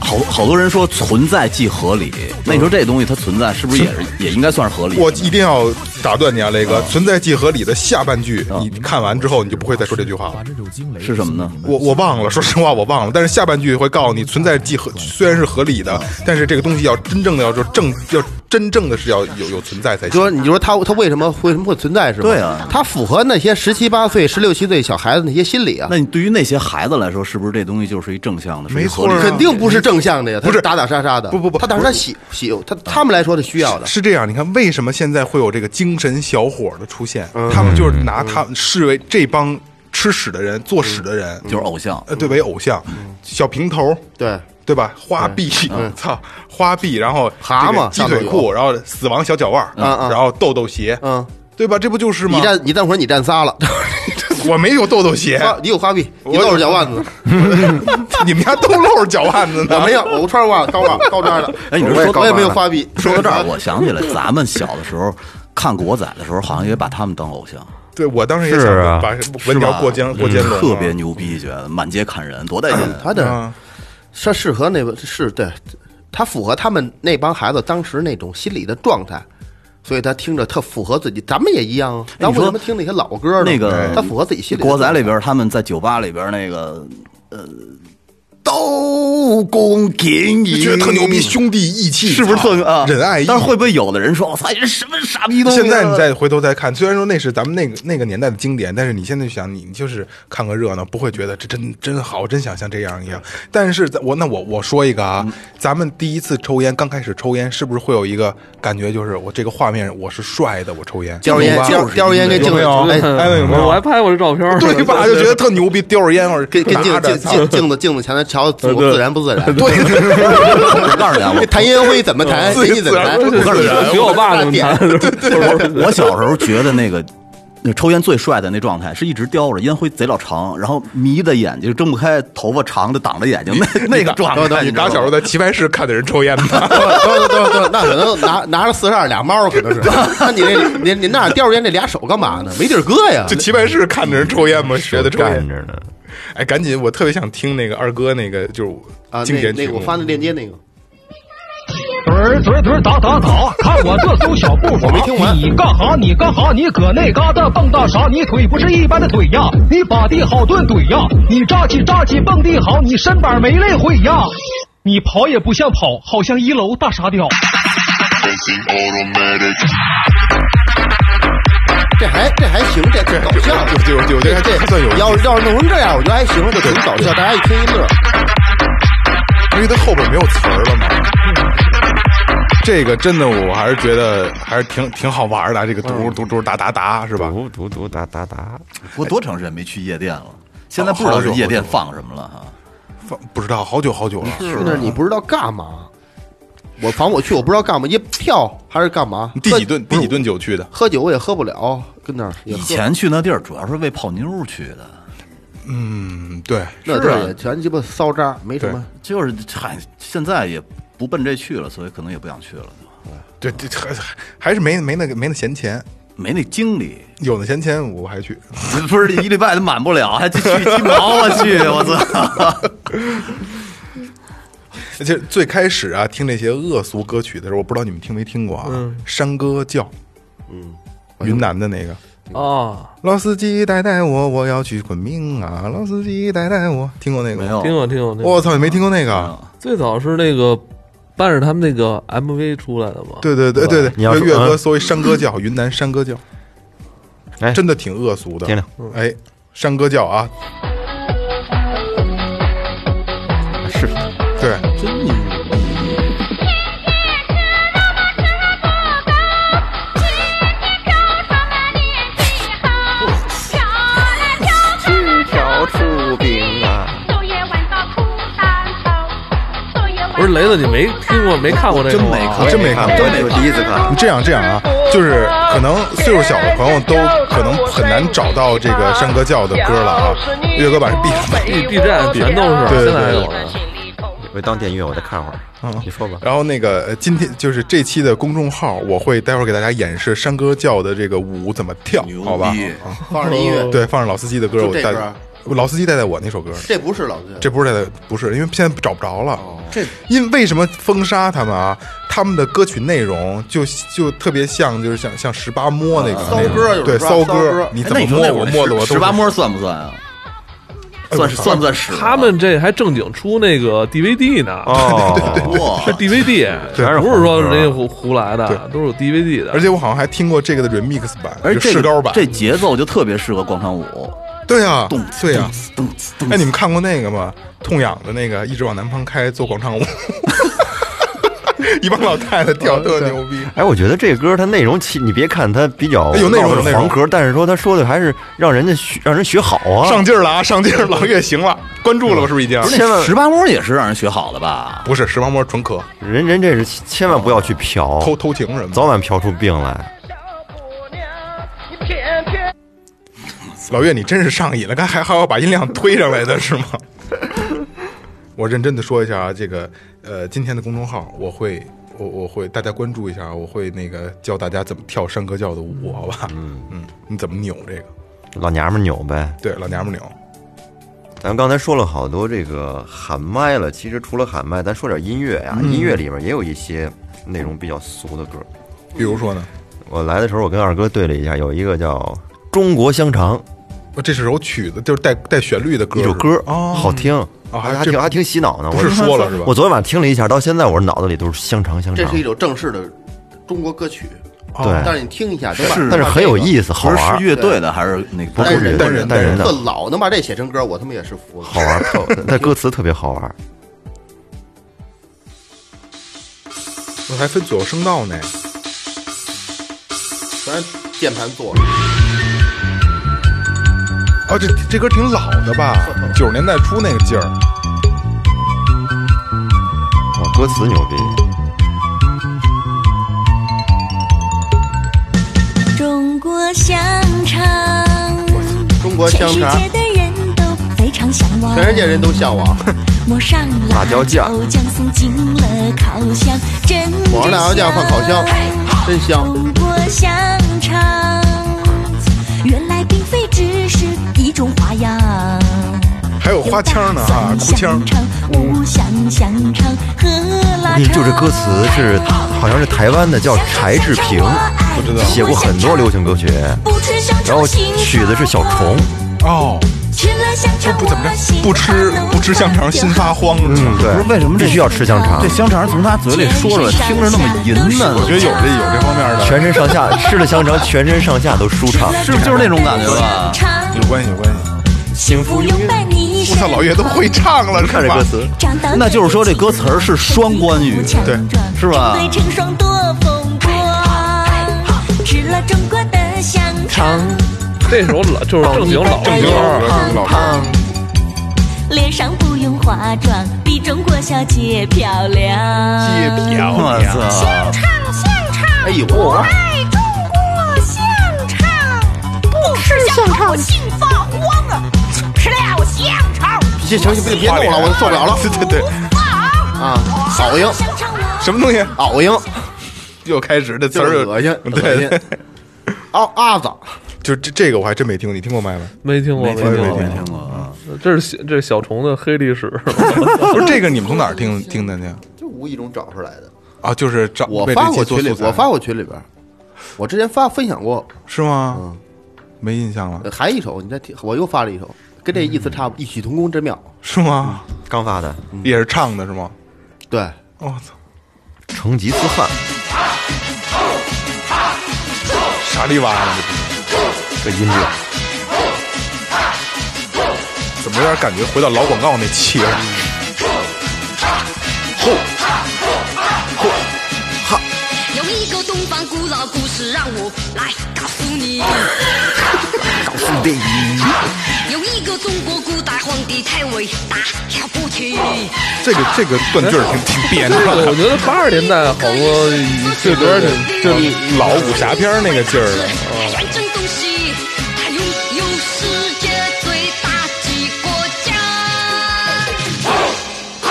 E: 好好多人说存在即合理，那你说这东西它存在是不是也是也应该算是合理？
C: 我一定要打断你啊，雷哥！存在即合理的下半句，你看完之后，你就不会再说这句话了。
H: 这首惊 雷
E: 是什么呢？
C: 我我忘了，说实话我忘了，但是下半句会告诉你，存在即
F: 嗯
C: 合，虽然是合理的，但是这个东西要真正的要就正要真正的是要有有存在才
F: 你说，
C: 行。
F: 你说他他为什么为什么会存在是吧？
E: 对啊
F: 他符合那些十七八岁、十六七岁小孩子那些心理啊，
E: 那你对于那些孩子来说，是不是这东西就是一正向的？是一
C: 没错
E: 合理
C: 啊
E: 的
F: 肯定不是正向的呀，不
C: 是
F: 打打杀杀的，
C: 不不不
F: 他打杀喜喜他他们来说是需要的，
C: 是这样，你看为什么现在会有这个精神小伙的出现？
F: 嗯
C: 他们就是拿他们视为这帮吃屎的人、做屎的人，
F: 嗯
E: 就是偶像。
C: 呃，对为偶像，小平头，
F: 对。
C: 对吧？花臂，操，花臂，然后
F: 嗯蛤蟆
C: 这个鸡腿
F: 上头
C: 裤，然后死亡小脚腕儿，
F: 嗯嗯
C: 然后豆豆鞋，
F: 嗯，
C: 对吧？这不就是吗
F: 你？站你站会儿，你站仨了，
C: 我没有豆豆鞋，
F: 花你有花臂，
C: 啊我
F: 你露着脚腕子，
C: 你们家都露着脚腕子呢。
F: 我没有，我穿着袜子高袜高踭的，
E: 哎你
F: 我
E: 说
F: 也
E: 高
F: 我也
E: 踭
F: 没有
E: 的
F: 花 臂。
E: 说到这儿，我想起来，咱们小的时候看国仔的时候，好像也把他们当偶像，
C: 对我当时也
B: 是
C: 想
B: 啊
C: 把
E: 是
C: 文
E: 吧嗯
C: 条过江过肩龙，
E: 特别牛逼，觉得满街砍人，多带劲！
F: 他的
C: 啊
F: 他适合那个是对，他符合他们那帮孩子当时那种心理的状态，所以他听着特符合自己。咱们也一样
C: 哎
F: 啊，咱为什么听那些老歌呢？
E: 那个
F: 他符合自己心里。
E: 国仔里，边他们在酒吧里边那个呃，刀工剑影，
C: 觉得特牛逼，兄弟义气，
E: 是不是特别啊？
C: 仁爱义？
E: 但是会不会有的人说：“我操，这什么傻逼东西啊？”
C: 现在你再回头再看，虽然说那是咱们那个那个年代的经典，但是你现在想，你就是看个热闹，不会觉得这真真好，真想像这样一样。但是在我那我我说一个啊，咱们第一次抽烟，刚开始抽烟，是不是会有一个感觉，就是我这个画面我是帅的，我抽烟，
F: 叼着烟，叼叼着烟跟镜子，哎，
C: 哎有没有
D: 我还拍过这照片儿呢，
C: 对吧？就觉得特牛逼，叼着烟，或者
F: 跟跟
C: 拿
F: 镜
C: 着
F: 镜
C: 操
F: 镜镜子镜子前头瞧自
D: 对
F: 自然不自然。
C: 对，
E: 我告诉你啊， 我
F: 这谭烟灰怎么弹，
C: 自己
F: 音怎么弹？
C: 自然
D: 我
F: 我告诉你，
D: 学我爸
F: 大
D: 怎么
F: 点
D: 谈，
E: 啊 我我小时候觉得那个。那抽烟最帅的那状态是一直叼着烟灰贼老长，然后迷的眼睛睁不开，头发长的挡着眼睛，那那个状态。
C: 你
E: 知道
C: 打
E: 吗
C: 小时候在棋牌室看的人抽烟吧？
F: 等等等等，那可能拿拿着四十二俩猫，可能是。那你那你你那叼着烟这俩手干嘛呢？没地儿搁呀
C: 就。棋牌室看着人抽烟嘛，学的抽
B: 站
C: 烟。
B: 着呢，
C: 哎，赶紧，我特别想听那个二哥那个就是
F: 啊，
C: 经
F: 那
C: 典曲
F: 那个
C: 目。
F: 我发的链接那个，
J: 墩儿墩儿墩儿打打打，看我这手小步伐。没听完，你干哈？你干哈？你搁那嘎达蹦跶啥？你腿不是一般的腿呀，你把地好顿怼呀，你扎起扎起蹦地好，你身板没累会呀，你跑也不像跑，好像一楼大傻屌。
F: 这还这还行，这挺搞笑。
C: 就就就
F: 这
C: 这
F: 这
C: 还算有意思
F: 要要是弄成这样，我觉得还行，就挺搞笑，大家一听一乐。
C: 因为它后边没有词儿了嘛。这个真的，我还是觉得还是挺挺好玩的。这个嘟嘟嘟哒哒哒是吧？
B: 读读读哒哒哒，
E: 我多长时间没去夜店了？现在不知道是夜店放什么了哈。
C: 放不知道好久好久了。
F: 去那儿你不知道干嘛？我反正我去，我不知道干嘛，一跳还是干嘛？
C: 第几顿
F: 喝
C: 第几顿酒去的？
F: 喝酒我也喝不了，跟那儿也
E: 以
F: 喝
E: 前去那地儿主要是为泡妞去的，
C: 嗯，对，
F: 那地儿也全鸡巴骚渣，没什么。
E: 就是嗨，现在也不奔这去了，所以可能也不想去了，
C: 对对，还还是没没那个没那闲钱。
E: 没那精力。
C: 有那闲钱我还去，
E: 不是一礼拜都满不了，还去鸡毛我去，我操！
C: 而且最开始啊听那些恶俗歌曲的时候，我不知道你们听没听过啊，山歌教，嗯，云南的那个，
D: 啊，
C: 老司机带带我，我要去昆明啊！老司机带带我，听过那个
E: 没
C: 吗？
E: 有，
D: 听过听过听过。
C: 我操，你没听过那个？
D: 最早是那个伴着他们那个 MV 出来的嘛？
C: 对对对对对，
B: 你要说嗯
C: 岳哥搜一山歌教，云南山歌教，
B: 哎，
C: 真的挺恶俗的。
B: 听听
C: 哎，山歌教啊，
B: 是
C: 对，
D: 啊不是雷子，你没听过没看过这个
E: 真
D: 吗？
E: 没看过，
C: 真没看过
E: 真没看过
B: 第一次看
C: 你这样这样啊，就是可能岁数小的朋友都可能很难找到这个山歌教的歌了啊。岳哥把这闭上。
D: B B 站全都是，
C: 对对
D: 现在还
C: 对
D: 有呢。
B: 为当电乐，我再看会儿。
C: 嗯
B: 你说吧，
C: 然后那个呃今天就是这期的公众号，我会待会儿给大家演示山歌教的这个舞怎么跳，好吧？
E: 哎
C: 啊
F: 放着音乐，
C: 对，放着老司机的歌，
F: 就
C: 我
F: 这
C: 带
F: 歌啊
C: 老司机带带我那首歌，
F: 这不是老子，
C: 这不是带带，不是，因为现在找不着了。
F: 这
C: 因为什么封杀他们啊？他们的歌曲内容就就特别像，就是像像十八摸那个
F: 啊骚
C: 那种
F: 歌有时候
C: 对
F: 是吧
C: 骚
F: 骚歌
C: 你
E: 哎
C: 怎么
E: 那你说
C: 摸
E: 那
C: 我
E: 会儿
C: 摸的我都哎
E: 十八摸算不算啊？算是算不算屎？
D: 他们这还正经出那个 DVD 呢，
B: 哦，
E: 哇
D: 是 DVD，
B: 全是
D: 不是说
B: 红歌
D: 人家胡胡来的，都是有 DVD 的。
C: 而且我好像还听过这个的 remix 版，
E: 而
C: 就
E: 且
C: 试
E: 这
C: 高
E: 个
C: 版。
E: 这节奏就特别适合广场舞，
C: 对啊
E: 动，
C: 对啊。
E: 动次动次
C: 哎，你们看过那个吗？痛痒的那个，一直往南方开，做广场 舞，一帮老太太跳特牛逼。
B: 哎，我觉得这歌它内容其，你别看它比较
C: 哎有内容有内
B: 黄
C: 容
B: 壳，但是说他说的还是让人家学让人学好啊，
C: 上劲儿了啊，上劲儿了，月行了，关注了吧？是不是已经？
B: 千万
E: 十八摸也是让人学好的吧？
C: 不是，十八摸纯磕，
B: 人人这是千万不要去嫖，
C: 偷偷情什么的。
B: 早晚嫖出病来。
C: 老岳，你真是上瘾了，刚才还还要把音量推上来的是 吗？我认真的说一下啊，这个呃，今天的公众号我会。我我会大家关注一下啊，我会那个教大家怎么跳山歌教的舞，好吧？嗯嗯，你怎么扭这个？
B: 老娘们儿扭呗，
C: 对，老娘们扭，
B: 咱刚才说了好多这个喊麦了，其实除了喊麦，咱
C: 嗯
B: 说点音乐呀、音乐里面也有一些内容比较俗的歌。
C: 比如说呢？
B: 我来的时候，我跟二哥对了一下，有一个叫《中国香肠》
C: 哦这是首曲子，就是带带旋律的歌，
B: 一首歌，
C: 哦，
B: 好听，
C: 哦还
B: 还挺还挺洗脑呢。
C: 不
B: 我
C: 是说了是吧？
B: 我昨天晚上听了一下，到现在我脑子里都是香肠香
F: 这
B: 肠，
F: 是一首正式的中国歌曲，
B: 对
F: 但是你听一下，是
B: 但是很有意
F: 思。
B: 思，好
E: 不是是
B: 玩，
E: 乐队的还是那个？
B: 不
F: 单
B: 是
F: 人
B: 单
F: 人
B: 单人的
F: 特，老能把这写成歌，我他妈也是服了。
B: 好玩，特那歌词特别好玩。啊
C: 我还分左右声道呢，
F: 全是键盘做的，
C: 哦，这这歌挺老的吧？九十年代初那个劲儿，
B: 啊，歌词牛逼，
G: 中国香肠，
F: 中国啊
G: 全
F: 香
G: 世
F: 肠，
G: 界的人都非常向往。
D: 哎
F: 全世界人都 向往。
G: 抹上
B: 辣椒酱
G: 酱送进了烤箱，真
F: 抹上辣椒酱放烤箱，真香。
G: 中国香肠，原来并非只是一种花样。
C: 还有花腔呢啊，哭腔
G: 香。肠、五香香肠和
B: 我
G: 腊
B: 跟你
G: 肠。
B: 就这歌词是好像是台湾的，叫柴智屏，
G: 不
C: 知道
B: 写过很多流行歌曲，
G: 不吃香肠
B: 然后曲子是小虫，
C: 哦，
G: 吃了香肠
C: 不怎么着，不吃不吃香肠心发慌。
B: 嗯，对，
E: 不是为什么这
B: 必须要吃香肠
E: 这？香肠从他嘴里说出来，听着那么淫啊呢，
C: 我觉得有这有这方面的，
B: 全身上下吃了香肠，全身上下都舒畅。
E: 是不是就是那种感觉吧？
C: 有关系有关系。
G: 幸福永远。
C: 我操，老岳都会唱了是
B: 看这
C: 吧
B: 歌？词，
E: 那就是说这歌词儿是双关语
C: 对
E: 是吧
G: 成双多啊风
C: 哎
G: 光，吃了中国的香肠，
D: 这首老就是正经老
C: 正经
D: 歌
C: 老
D: 儿
C: 歌，老
B: 嗯
C: 歌，
G: 脸上不用化妆，比中国小姐漂亮。
C: 街漂
E: 我操！
G: 香肠，香肠，
F: 哎呦，我
G: 爱中国香肠，不吃香肠我心发慌啊！吃了香肠，
F: 行行行，别别弄了，我受不了了
C: 对对对，
F: 啊！熬鹰，
G: 香肠我。
C: 什么东西
F: 熬鹰，
C: 又开始这词
F: 就
C: 儿
F: 是
C: 又
F: 恶心，恶
C: 对，
F: 心。熬阿 子，
C: 就这这个我还真没听过，你听过麦吗？
D: 没听过，没
C: 没
D: 过
C: 听过。
E: 过啊，
D: 这是小这是小虫的黑历史，
C: 不是这个，你们从哪儿听听的呢？
F: 就无意中找出来的。
C: 啊，就是找
F: 我
C: 为这
F: 发
C: 期
F: 过
C: 做
F: 群里
C: 素，材
F: 我发过群里边，我之前发分享过，
C: 是吗？没印象了，
F: 呃还一首，你再听，我又发了一首，跟这意思差不
C: 嗯
F: 多，异曲同工之妙。
C: 是吗？
B: 刚发的
C: 也是唱的是吗？
F: 对，
C: 我操，
B: 《成吉思汗》，
C: 傻里哇啦的，
B: 这音乐
C: 这怎么有点感觉回到老广告那气了？
G: 有一个东方古老故事，让我来告诉你。有一个中国古代皇帝太伟大了不起，
C: 这个这个断句儿挺挺别扭
D: 这个我
C: 的，
D: 觉得八十年代好多
C: 这歌儿挺就老武侠片儿那个劲儿的。
G: 他远征东西，他拥有世界最大的国家。哦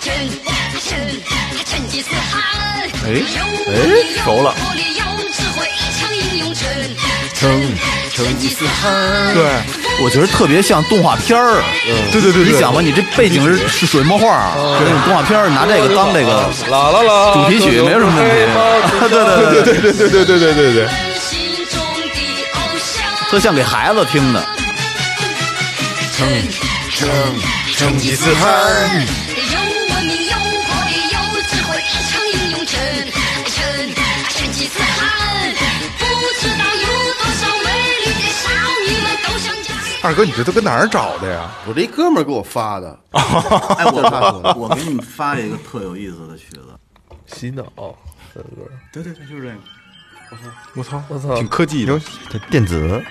G: 真真成吉思汗，哎哎，熟了。成成吉思汗，
C: 对，
E: 我觉得特别像动画片儿。
C: 对对对对
E: 你想吧，你这背景是是水墨画，那种动画片儿拿这个当这个
D: 啦啦啦
E: 主题曲没有什么问 题。对对对对，
C: 对对对对对对对，
G: 心中的偶像。
E: 特像给孩子听的。
C: 成吉思汗，
G: 有文明，有魄力，有智慧，一腔英勇，成成成吉思汗。不知道有多少美丽的少女们都想嫁给
C: 二哥，你这都跟哪儿找的呀？
F: 我这一哥们儿给我发 的，
E: 哎，
F: 我
E: 我给你们发一个特有意思的曲子，
D: 洗脑，这歌儿
E: 对对对，就是这个。
C: 我操，
D: 我操
C: 挺科技的，
B: 这电子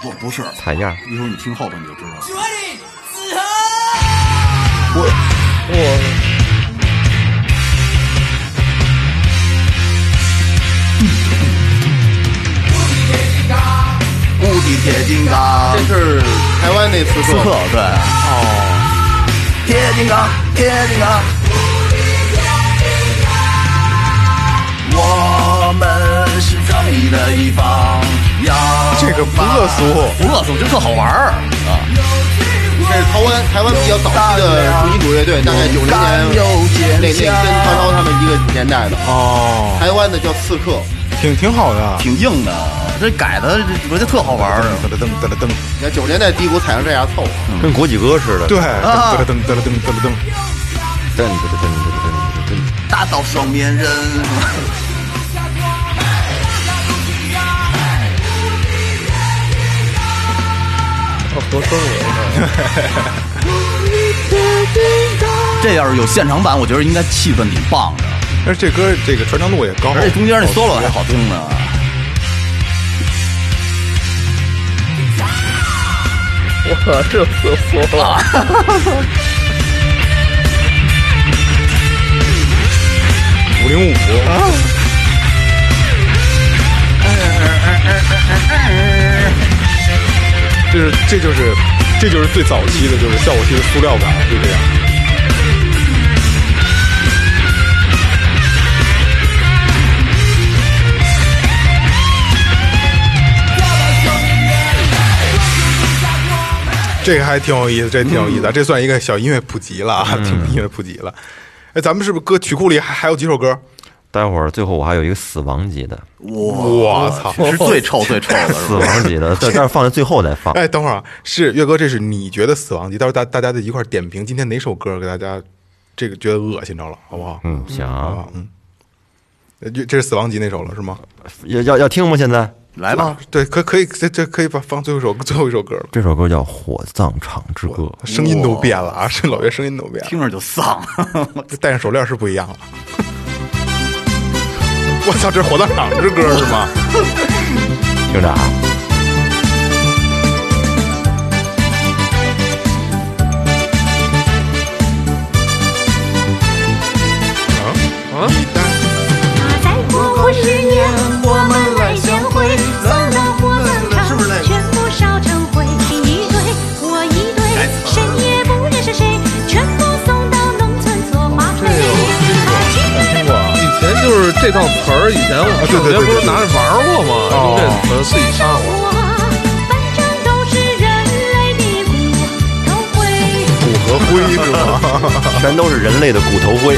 E: 不不是，
B: 采样，
E: 一会儿你听后边你就知道。了。无敌铁金刚
F: 这，是台湾那刺
E: 刺客
F: 客，
E: 对，哦，铁金刚，铁金刚，我们是正义的一方，要
C: 这个不恶俗，
E: 不恶俗，就特好玩儿啊！
F: 这是台湾台湾比较早期的民主乐队，大概九零啊年那那跟唐朝他们一个年代的。
C: 哦，
F: 台湾的叫刺客，
C: 挺挺好的，
E: 挺硬的，这改的我觉得特好玩儿。
C: 噔噔噔噔噔，
F: 你看九十年代低谷踩成这样凑合，
B: 跟国际歌似的。
C: 对，
B: 噔
C: 噔噔噔噔噔噔
B: 噔噔噔噔
C: 噔，
B: 噔噔噔。
E: 大到双面人， 这要是有现场版，我觉得应该气氛挺棒的，
C: 但是这歌这个传唱度也高，
E: 而且中间那 solo 还好听呢。
D: 我这瑟缩了。
C: 五零五，这是这就是这就是最早期的，就是效果器的塑料感，就这样。这个还挺有意思，这挺有意思啊的，这算一个小音乐普及了啊， 挺音乐普及了。哎，咱们是不是歌曲库里还还有几首歌？
B: 待会儿最后我还有一个死亡级的，
C: 我操！
E: 是最臭最臭的，是
B: 死
E: 吧？
B: 亡级的，但但是放在最后再放。
C: 哎，等会儿啊，是岳哥，这是你觉得死亡级，到时候大大家的一块儿点评今天哪首歌给大家这个觉得恶心着了，好不好？
B: 嗯，行啊，
C: 啊，嗯，呃这这是死亡级那首了是吗？啊
B: 要要要听吗？现在
E: 来吧，
C: 对，可可以，这这可以把放最后一首最后一首歌了，
B: 这首歌叫《火葬场之歌》，
C: 声音都变了啊，是老岳声音都变了，
E: 听着 就丧。
C: 戴上手链是不一样了。 我操，这是火葬场之歌是吗？
B: 听着啊。
G: 再过五十年，我们来相会，所有火葬场全部烧成灰，你一堆，我一堆，谁也不认识谁，全部送到农村做花卉。
E: 哎
D: 以前就是这套词儿，以前我
C: 啊对
D: 小
C: 对对哦
D: 学不是拿着玩儿过吗？就这词儿自己唱了。
G: 我反正都是人类的骨头灰。
C: 骨和灰是吗？
B: 全都是人类的骨头灰。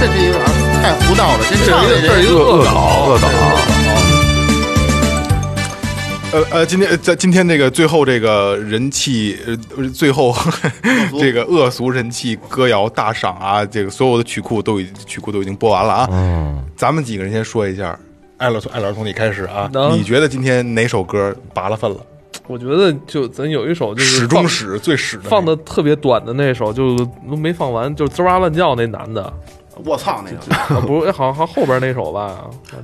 F: 这是一个太胡闹了，这
D: 这
F: 唱
D: 是
F: 的
D: 一个，这是
F: 人
D: 一个恶搞，恶搞。
C: 呃呃，今天呃在今天这个最后这个人气，呃不是最后 这个恶俗人气歌谣大赏啊，这个所有的曲库都已曲库都已经播完了啊。
B: 嗯，
C: 咱们几个人先说一下，艾老艾老师从你开始啊，
D: 能
C: 你觉得今天哪首歌拔了分了？
D: 我觉得就咱有一首就是
C: 始
D: 放
C: 终始最始的
D: 放的特别短的那首，就都没放完，就吱哇乱叫那男的，
F: 我操那个，
D: 啊、不是，好像好像后边那首吧，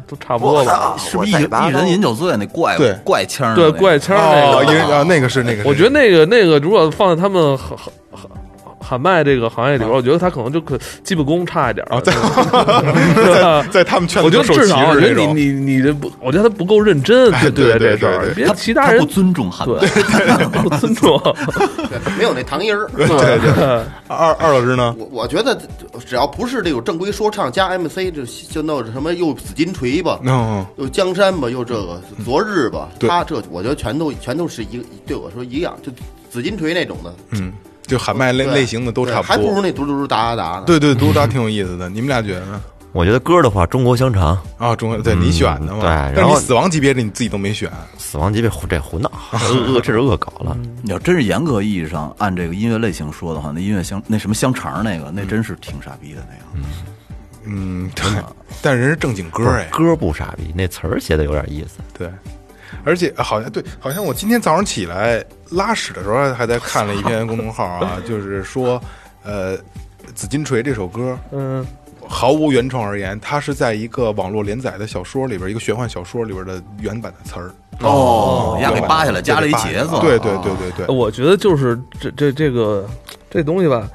D: 都差不多吧。
E: 是不是一一人饮酒醉那怪
C: 对
E: 怪腔儿的
D: 对
E: 那，个
D: 怪腔儿那
C: 哦，
D: 个，
C: 因为啊，那个是那个是，
D: 我觉得那个那个，如果放在他们喊喊喊喊麦这个行业里边，我觉得他可能就可基本功差一点儿。
C: 啊哦在
D: 对吧
C: 啊在在他们圈子
D: 我觉得
C: 都受
D: 至少，
C: 歧
D: 我
C: 视
D: 觉
C: 这
D: 得
C: 种哎
D: 你你你这不，我觉得他不够认真，
C: 对
D: 对
C: 对
D: 这事
C: 对
D: 儿，
C: 对
D: 别
E: 他
D: 其他
E: 他
D: 人
E: 不尊重汉
D: 对
E: 文，
D: 不尊重。
F: 没有那糖音儿。
C: 对 对。二二老师呢？
F: 我我觉得只要不是这种正规说唱加 MC，就就弄什么又紫金锤吧，
C: 嗯，
F: 又江山吧，又这个昨日吧，
C: 对
F: 他这我觉得全都全都是一个对我说一样，就紫金锤那种的，
C: 嗯，就喊麦类
F: 对
C: 类型的都
F: 对
C: 差不
F: 还不如
C: 多。
F: 那嘟嘟嘟哒哒哒呢。
C: 对对，独达挺有意思的，你们俩觉得呢？
B: 我觉得歌的话，《中国香肠》
C: 啊，中国对你选的嘛？
B: 对然后
C: 但是你死亡级别的你自己都没选，
B: 《死亡级别》这胡闹，恶恶这是恶搞了。
E: 你要真是严格意义上按这个音乐类型说的话，那音乐香那什么香肠儿那个，那真是挺傻逼的那个。
C: 嗯，对， 但人是正经歌哎，
B: 歌不傻逼，那词儿写的有点意思。
C: 对，而且呃好像对，好像我今天早上起来拉屎的时候还在看了一篇公众号啊，就是说，呃，《紫金锤》这首歌
D: 嗯，
C: 毫无原创而言，它是在一个网络连载的小说里边，一个玄幻小说里边的原版的词儿，
E: 哦，
C: 原
E: 丫
C: 版
E: 给
C: 的
E: 扒下来，
C: 对
E: 加了一
C: 扒下
E: 茄子。
C: 对对对对对，
D: 我觉得就是这这这个这东西吧，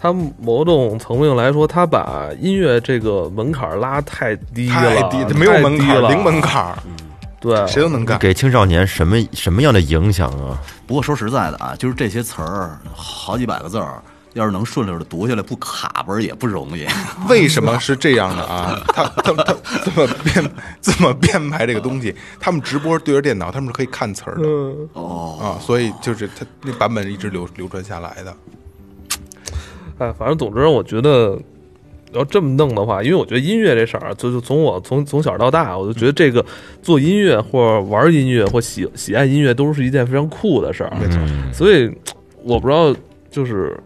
D: 它某种层面来说，它把音乐这个门槛儿拉太低了，
C: 太低，没有
D: 哎太
C: 门
D: 低
C: 槛，
D: 了
C: 零门槛儿，
D: 对，
C: 谁都能干。
B: 给青少年什么什么样的影响啊？
E: 不过说实在的啊，就是这些词儿，好几百个字儿，要是能顺溜的读下来，不卡巴儿也不容易。
C: 为什么是这样的啊？他他他这么编这么编排这个东西，他们直播对着电脑，他们是可以看词儿的。
D: 嗯，
C: 啊，所以就是它那版本一直流流传下来的。
D: 哎，反正总之，我觉得要这么弄的话，因为我觉得音乐这事儿，啊就就从我从从小到大，啊我就
C: 嗯
D: 觉得这个做音乐或玩音乐或喜喜爱音乐都是一件非常酷的事儿。啊
C: 没错
D: 所以我不知道，就是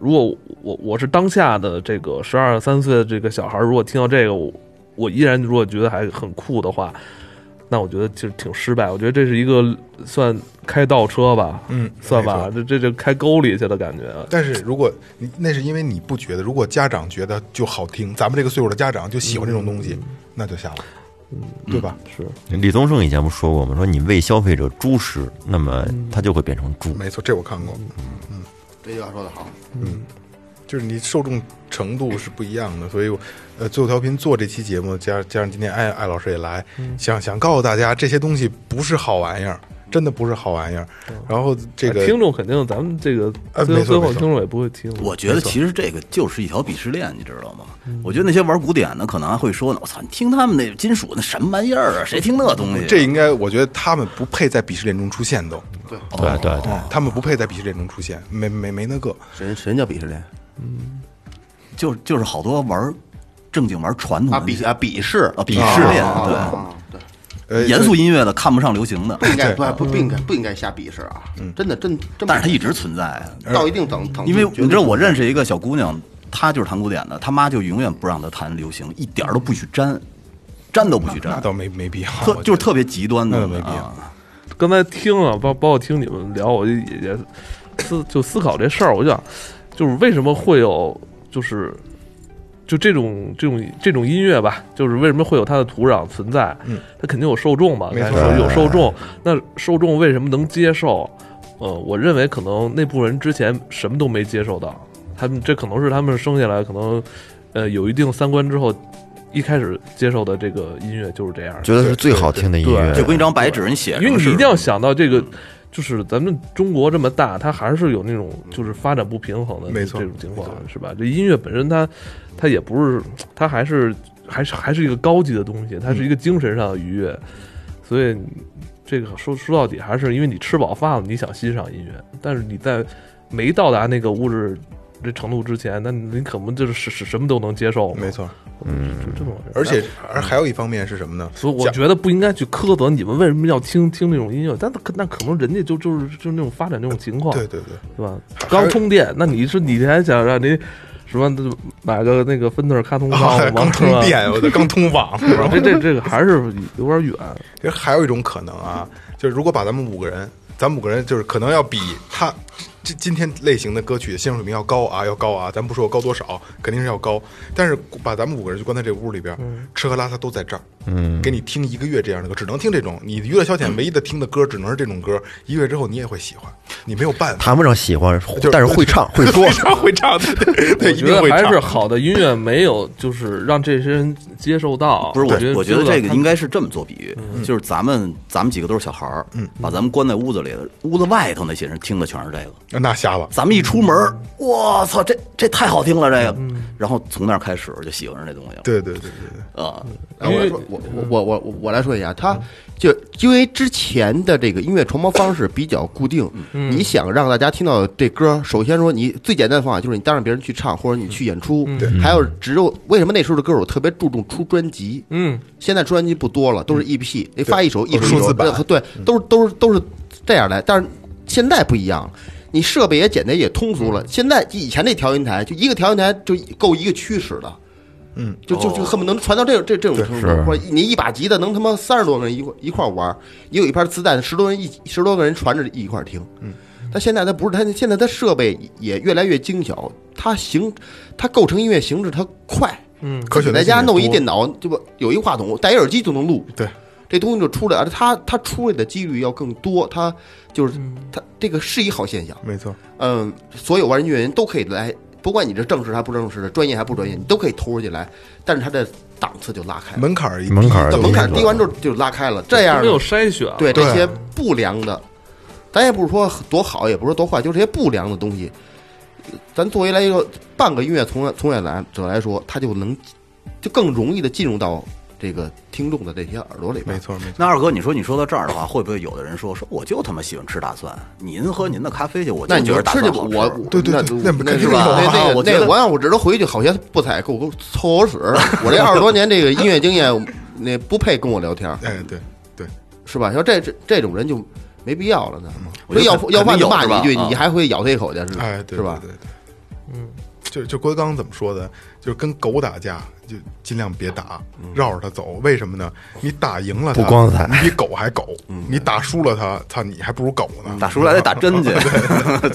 D: 如果我我是当下的这个十二三岁的这个小孩儿，如果听到这个，我我依然如果觉得还很酷的话，那我觉得其实挺失败。我觉得这是一个算开倒车吧，
C: 嗯
D: 算吧，这这这开沟里去的感觉。啊
C: 但是如果你那是因为你不觉得，如果家长觉得就好听，咱们这个岁数的家长就喜欢这种东西，那就下了，对吧？
D: 是，
B: 李宗盛以前不说过吗？说你喂消费者猪食，那么他就会变成猪。
C: 没错，这我看过，
F: 这句话说的好，
C: 就是你受众程度是不一样的，所以我，呃，最后调频做这期节目，加加上今天艾艾老师也来，想想告诉大家，这些东西不是好玩意儿，真的不是好玩意儿。然后这个
D: 啊听众肯定咱们这个
C: 呃
D: 最
C: 没错
D: 后最后
C: 没错
D: 听众也不会听。
E: 我觉得其实这个就是一条鄙视链，你知道吗？我觉得那些玩古典的可能还会说呢，我操，你听他们那金属那什么玩意儿啊？谁听那东西？
C: 这应该，我觉得他们不配在鄙视链中出现都，
B: 对对对，
E: 哦
C: 他们不配在鄙视链中出现，没没没那个。
F: 谁谁叫鄙视链
E: 就就是好多玩正经玩传统
F: 啊？
E: 的
F: 鄙啊鄙视
E: 啊鄙视链
F: 啊
E: 对
F: 啊对，
C: 呃，
E: 严肃音乐的看不上流行的
F: 不，应该不不不应该不应该瞎鄙视啊！真的真真，
E: 嗯但是它一直存在啊。
F: 到一定等等，
E: 因为
F: 绝对
E: 你知道，我认识一个小姑娘，她就是弹古典的，她妈就永远不让她弹流行，一点儿都不许沾，沾都不许
C: 那
E: 沾，
C: 倒没没必要，
E: 特就是特别极端的
C: 那没必要
E: 啊
D: 刚才听了，包包括听你们聊，我就也也思就思考这事儿，我就想，就是为什么会有就是就这种这种这种音乐吧，就是为什么会有它的土壤存在？
C: 嗯，
D: 它肯定有受众嘛，
C: 没错
D: 刚才说有受众，那受众为什么能接受？呃，我认为可能那部分人之前什么都没接受到，他们这可能是他们生下来可能呃有一定三观之后，一开始接受的这个音乐就是这样的。
B: 觉得是最好听的音乐。
E: 就跟一张白纸，你写上
D: 因为你
E: 是
D: 一定要想
C: 嗯
D: 到这个，就是咱们中国这么大，它还是有那种就是发展不平衡的
C: 没错
D: 这种情况，是吧？这音乐本身它它也不是，它还是还是还是一个高级的东西，它
C: 嗯
D: 是一个精神上的愉悦，所以这个说说到底还是因为你吃饱饭了，你想欣赏音乐，但是你在没到达那个物质。这程度之前，那你可不就是什什什么都能接受吗？
C: 没，错。
D: 嗯，就这么回事。
C: 而且而还有一方面是什么呢？
D: 所以我
C: 假
D: 觉得不应该去苛责你们为什么要听听那种音乐，但那可那可能人家就就是就是那种发展那种情况，
C: 对对对，
D: 对吧？刚充电，那你是你还想让你什么买个那个芬特尔卡通
C: 啊
D: 棒
C: 刚
D: 吗？是
C: 通
D: 吧？
C: 电，我的刚通网，是吧
D: 这这这个还是有点远，
C: 其实还有 一种可能啊，就是如果把咱们五个人，咱们五个人就是可能要比他这今天类型的歌曲的欣赏水平要高啊，要高啊，咱不说高多少，肯定是要高。但是把咱们五个人就关在这屋里边，吃喝拉撒都在这儿，嗯，给你听一个月这样的歌，只能听这种。你娱乐消遣唯一的听的歌只能是这种歌，一个月之后你也会喜欢，你没有办法。
B: 谈不上喜欢
C: 就，
B: 但是会唱会说
C: 会。 唱会唱，对对，
D: 我
C: 一
D: 觉
C: 定
D: 得
C: 会
D: 还
C: 唱
D: 是。好的音乐没有就是让这些人接受到。
E: 不是
D: 觉
E: 我，
D: 得
E: 我觉得这个应
D: 该
E: 该是这么做比喻，
C: 嗯
E: 就是咱们咱们几个都是小孩儿，把咱们关在屋子里的，屋子外头那些人听的全是这个。
C: 那瞎了，
E: 咱们一出门儿，我操，这这太好听了，这个。
C: 嗯
E: 然后从那儿开始就喜欢上这东西了。
C: 对对对对
E: 啊，
F: 然后我来说，我我我我我我来说一下，他就因为之前的这个音乐传播方式比较固
E: 嗯
F: 定，你想让大家听到这歌，首先说你最简单的方法就是你当着别人去唱，或者你去演出。嗯对，还有只有为什么那时候的歌手特别注重出专辑？嗯，现在出专辑不多了，都是 EP，得发一首一首一
C: 数字
F: 首，
C: 版
F: 对对，都是都是都是这样来。但是现在不一样了。你设备也简单也通俗了，现在以前那调音台就一个调音台就够一个区使的，就就就恨不得能传到这种这这种程度，或者你一把吉他能他妈三十多个人一块一块玩儿，也有一盘磁带十多人一十多个人传着一块儿听。嗯，但现在它不是它现在它设备也越来越精巧，它形它构成音乐形式它快，嗯，
C: 可选择
F: 在
C: 性
F: 家
C: 也
F: 弄一
C: 多
F: 电脑就不有一话筒，戴一耳机就能录。
C: 对，
F: 这东西就出来，而它它出来的几率要更多，它就是它这个是一好现象。
C: 没错，
F: 嗯，所有玩音乐人都可以来，不管你这正式还不正式的，专业还不专业，你都可以投入进来，但是它的档次就拉开了，
C: 门槛儿一
B: 门槛儿
C: 低就
F: 这门槛
C: 低
F: 低完之后就拉开了，这样
D: 没有
F: 呢
D: 筛选，啊
E: 啊
F: 对
C: 对
F: 这些不良的，咱也不是说多好，也不是说多坏，就是这些不良的东西，呃咱作为来一个半个音乐从业从业来者来说，他就能就更容易的进入到这个听众的这些耳朵里边。
C: 没错没错。
E: 那二哥，你说你说到这儿的话，会不会有的人说说我就他妈喜欢吃大蒜？您喝您的咖啡去，我
F: 那
E: 就
F: 你
E: 觉
F: 就
E: 得大
F: 吃去
E: 蒜
F: 吧，
E: 好吃。
F: 我
C: 对对
F: 那
C: 对
F: 那
C: 那肯定啊
F: 是吧？ 那那个
E: 有我觉
F: 那
E: 得
F: 个，我让我这都回去，好些不睬，给我给我凑 合使。我这二十多年这个音乐经验，那不配跟我聊天，
C: 哎，对对，
F: 是吧？要这这这种人就没必要了，那
E: 觉
F: 所
E: 得
F: 以要
E: 肯
F: 要饭
E: 肯定
F: 就
E: 有
F: 骂
E: 是
F: 你一句，
E: 吧啊
F: 你还会咬他一口去，是吧
C: 哎，对
F: 是吧
C: 对？对对，嗯，就就郭德纲怎么说的？就是跟狗打架，就尽量别打，绕着它走。为什么呢？你打赢了它，
B: 不光彩
C: 你比狗还狗；你打输了它，操，你还不如狗呢。
E: 打输了还得打针去。
F: 嗯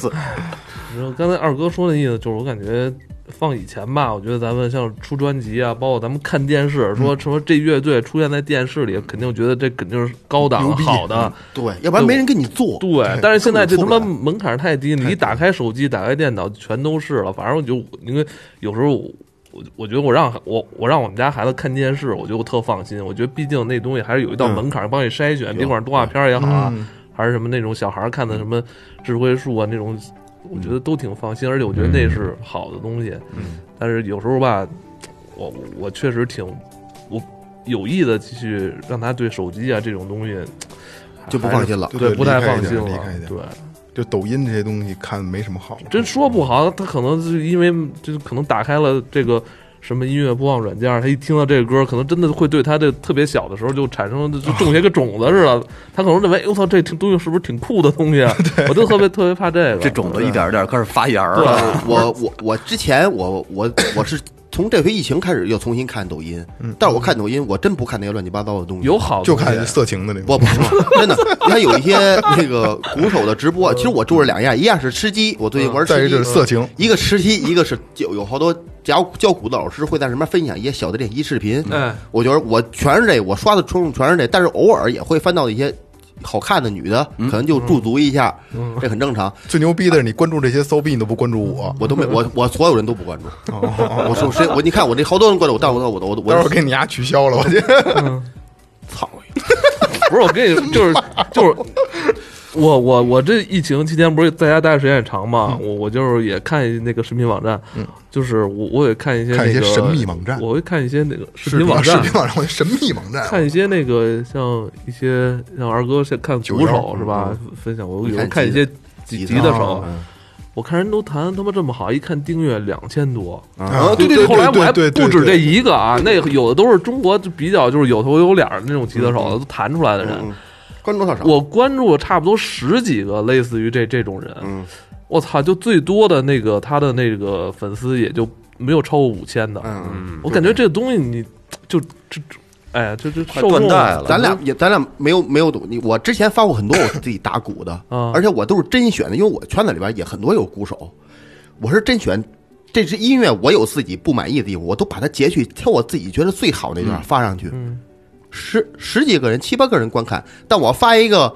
D: 然后刚才二哥说那意思，就是我感觉放以前吧，我觉得咱们像出专辑啊，包括咱们看电视，说说这乐队出现在电视里，肯定觉得这肯定是高档好的，
F: 对，要不然没人跟你做。
D: 对。但是现在这他
F: 根
D: 妈
F: 本做
D: 门槛太低，你一打开手机、打开电脑全都是了。反正我就因为有时候我我我觉得我让我我让我们家孩子看电视，我觉得我特放心。我觉得毕竟那东西还是有一道门槛，帮你筛选，别管是动画片也好啊，还是什么那种小孩看的什么智慧树啊那种我觉得都挺放心，而且我觉得那是好的东西。嗯，但是有时候吧，我我确实挺我有意的去让他对手机啊这种东西
F: 就不放心了
D: 还是对，
C: 对
D: 不太
C: 离开
D: 放
C: 一点
D: 心
C: 离开一
D: 了，
C: 点
D: 对。
C: 就抖音这些东西看没什么好，
D: 真说不好，他可能是因为就是可能打开了这个什么音乐播放软件，他一听到这个歌，可能真的会对他这特别小的时候就产生就种下一个种子似的。他可能认为，哎我操，这挺东西是不是挺酷的东西 啊？我就特别特别怕这个。
E: 这种子一点一点开始发芽
F: 不
E: 了。
F: 了。 我我我之前我我我是从这回疫情开始又重新看抖音，但是我看抖音我真不看那些乱七八糟的东西，
D: 有好的
C: 就
D: 东西
C: 看色情的那
F: 不
C: 种。
F: 不不，真的，你看有一些那个鼓手的直播，其实我注意两样，一样是吃鸡，我最近玩
C: 再嗯一
F: 吃
C: 就
F: 鸡，
C: 是色情，
F: 一个吃鸡，一个是有有好多教教鼓的老师会在什么分享一些小的练习视频，
D: 哎，
F: 我觉得我全是这，我刷的冲动全是这，但是偶尔也会翻到一些好看的女的，可能就驻足一下，这很正常。
C: 最牛逼的是你关注这些骚逼，你都不关注我。
F: 我都没我我所有人都不关注，我说谁我你看我这好多人关注我，但我我我
C: 待会儿
F: 我
C: 给你丫取消了，我觉得。
F: 操，
D: 不是我跟 你就是就是。 我我我这疫情期间不是在家待的时间也长嘛，
C: 嗯
D: 我我就是也看那个视频网站，就是我我也看一些、那个、
C: 看一些神秘网站
D: 我会看一些那个视
C: 视
D: 频
C: 频
D: 网
C: 网
D: 站，
C: 站，我神秘网站，
D: 看一些那个像一些像二哥像看鼓手
C: 91
D: 是吧？
C: 嗯
D: 分享我有时候
F: 看
D: 看一
F: 吉
D: 些
F: 吉
D: 几
F: 他
D: 级
C: 啊
D: 的手，我看人都弹他妈这么好，一看订阅两千多。
C: 啊
D: 就
C: 对对
D: 后来我还
C: 对对，
D: 不
C: 对
D: 止这。
C: 对
D: 一个啊，那个有的都是中国就比较就是有头有脸儿的那种吉他
C: 嗯
D: 手都弹出来的人，
F: 关注多少？
D: 我关注了差不多十几个类似于这这种人，
C: 嗯
D: 我操，就最多的那个他的那个粉丝也就没有超过五千的，
F: 嗯
D: 我感觉这个东西你就这这，哎呀，这这
B: 快
D: 受
B: 断
D: 众
B: 代了
F: 咱俩也咱俩没有没有赌，你我之前发过很多我自己打鼓的
D: 啊，
F: 而且我都是甄选的，因为我圈子里边也很多有鼓手，我是甄选这支音乐我有自己不满意的地方，我都把它截去挑我自己觉得最好那段发上去，十十几个人七八个人观看，但我发一个，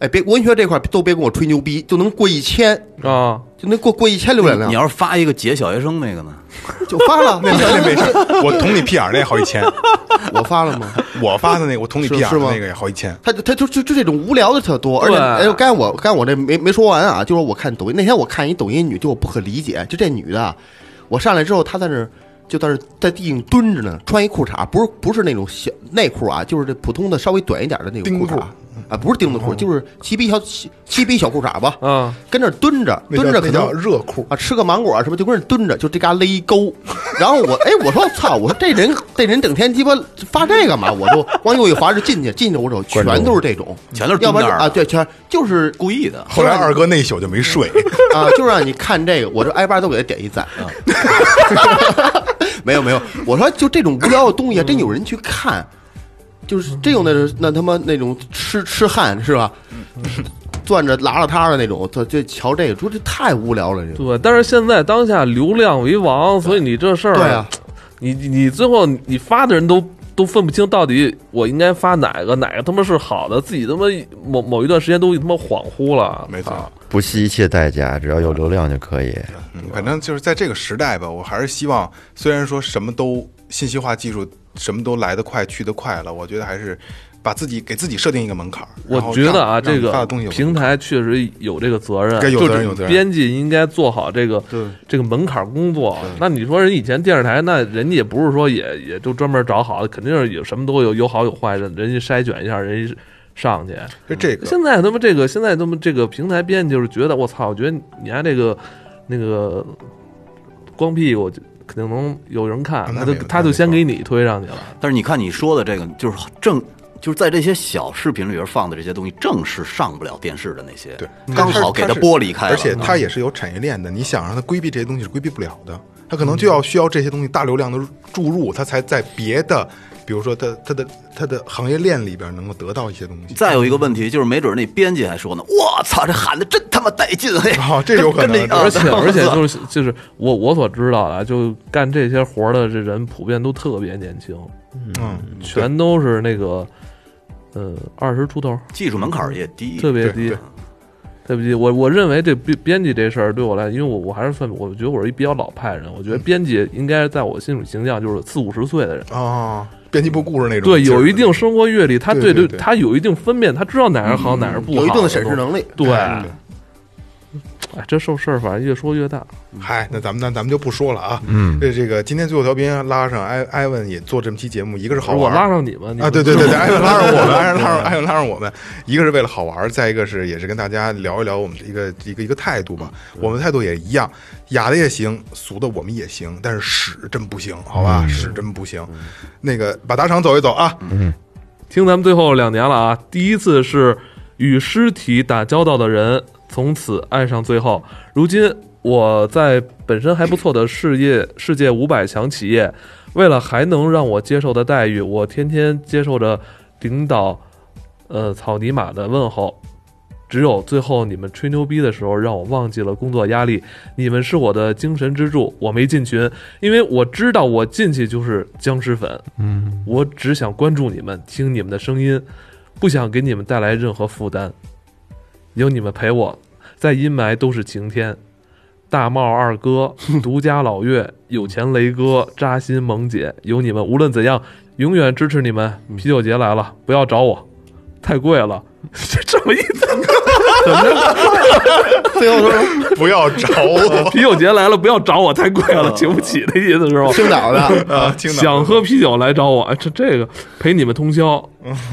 F: 哎别文学这块都别跟我吹牛逼，就能过一千，
D: 啊，
F: 就能过过一千浏览
E: 你
F: 量，
E: 要是发一个解小学生那个呢？
F: 就发了，
C: 那 那没事，我捅你屁眼儿那好几千，
F: 我发了吗？
C: 我发的那个我捅你屁眼儿
F: 是是吗
C: 的那个也好几千。
F: 他就他就就就这种无聊的特多，而且
D: 对
F: 哎，刚才我刚才我这没没说完啊，就是我看抖音那天我看一抖音女，就我不可理解，就这女的啊，我上来之后她在那儿就在那儿在地上蹲着呢，穿一裤衩，不是不是那种小内裤啊，就是这普通的稍微短一点的那种
C: 钉
F: 裤
C: 子
F: 衩
C: 裤嗯
F: 啊，不是钉子裤，就是齐逼小齐齐逼小裤衩吧，
D: 嗯，
F: 跟那儿蹲着
C: 那叫
F: 蹲着可
C: 那
F: 能
C: 叫热裤，
F: 啊，吃个芒果啊什么，就跟那蹲着，就这嘎勒一沟。然后我，哎，我说操，我说这人这人整天鸡巴发这干嘛？我就往右一滑就进去，进去我手全都是这种，
E: 全都是
F: 要不
E: 蹲那
F: 然
E: 儿
F: 啊，
E: 的
F: 对，全就是
E: 故意的。
C: 后来二哥那一宿就没睡，
F: 啊，就让你看这个，我这挨巴都给他点一赞啊。 没有没有，我说就这种无聊的东西，啊真有人去看，就是这种的，那他妈那种痴痴汉是吧？ 攥着拉拉他的那种，就就瞧这个，说这太无聊了，这个。
D: 对，但是现在当下流量为王，所以你这事儿，
F: 对啊，
D: 你你你最后你发的人都都分不清到底我应该发哪个，哪个他妈是好的，自己他妈某某一段时间都他妈恍惚 了，啊
C: 没错。
B: 不惜一切代价，只要有流量就可以。
C: 啊嗯反正就是在这个时代吧，我还是希望，虽然说什么都信息化技术什么都来得快去得快了，我觉得还是把自己给自己设定一个门槛儿。
D: 我
C: 然后
D: 觉得
C: 让
D: 啊，
C: 让
D: 这
C: 发的
D: 个
C: 东西有
D: 平台确实有这个责任，
C: 该有责任
D: 就是
C: 有责任
D: 编辑应该做好这个这个门槛工作。那你说人以前电视台，那人家也不是说也也就专门找好的，肯定是有什么都有，有好有坏的，人家筛选一下，人家上去。
C: 就这个
D: 现在他妈这个，现在他妈这个平台编辑就是觉得我操，我觉得你家这个那个光屁股肯定能有人
C: 啊
D: 看，他就他就先给你推上去了。
E: 但是你看你说的这个，就是正就是在这些小视频里边放的这些东西，正是上不了电视的那些，对刚好给它剥离开了
C: 而
D: 嗯
C: 且它也是有产业链的，你想让它规避这些东西是规避不了的，它可能就要需要这些东西大流量的注入，它才在别的，比如说它它的它的行业链里边能够得到一些东西。
E: 再有一 个问题就是，没准那编辑还说呢：“我操，这喊的真他妈带劲！”啊嘿，
C: 哦这有可能
E: 跟那
D: 而且而且就是是就是我我所知道的啊，就干这些活儿的这人普遍都特别年轻，
C: 嗯，
D: 全都是那个，呃，二十出头，
E: 技术门槛儿也低，
D: 特别
E: 对
D: 低
E: 对，
D: 特别低。我我认为这编编辑这事儿对我来，因为我我还是算，我觉得我是一比较老派人，我
C: 嗯
D: 觉得编辑应该在我心里形象就是四五十岁的人。
C: 哦，编辑部故事那种
D: 对，
C: 劲儿
D: 有一定生活阅历，他
C: 对对对嗯
D: 他有一定分辨，他知道哪儿好哪儿不好，
F: 有一定的审视能力
D: 对，
C: 哎
D: 哎，这事事儿反正越说越大。
C: 嗨，那咱们那咱们就不说了啊。嗯，这这个今天最后调频拉上艾艾文也做这么期节目，一个是好玩，
D: 我拉上你们你们
C: 啊，对对 对对，艾文拉上我们，艾文拉上艾文拉上我们，一个是为了好玩，再一个是也是跟大家聊一聊我们的一个一个一个态度吧。我们态度也一样，雅的也行，俗的我们也行，但是屎真不行，好吧，屎真不行。那个把大厂走一走啊，
D: 听咱们最后两年了啊，第一次是与尸体打交道的人，从此爱上最后。如今我在本身还不错的事业世界五百强企业，为了还能让我接受的待遇，我天天接受着领导呃草泥马的问候。只有最后你们吹牛逼的时候，让我忘记了工作压力。你们是我的精神支柱。我没进群，因为我知道我进去就是僵尸粉。
K: 嗯，
D: 我只想关注你们，听你们的声音，不想给你们带来任何负担。有你们陪我，在阴霾都是晴天。大帽二哥、独家老岳、有钱雷哥、扎心萌姐，有你们，无论怎样，永远支持你们。啤酒节来了，不要找我，太贵了。 这什么意思？怎么着？
F: 最后说
C: 不要找我，
D: 啤酒节来了，不要找我，太贵了，请不起的意思是吧？
F: 青 岛的啊
C: 青啊岛的
D: 想喝啤酒来找我，哎，这这个陪你们通宵，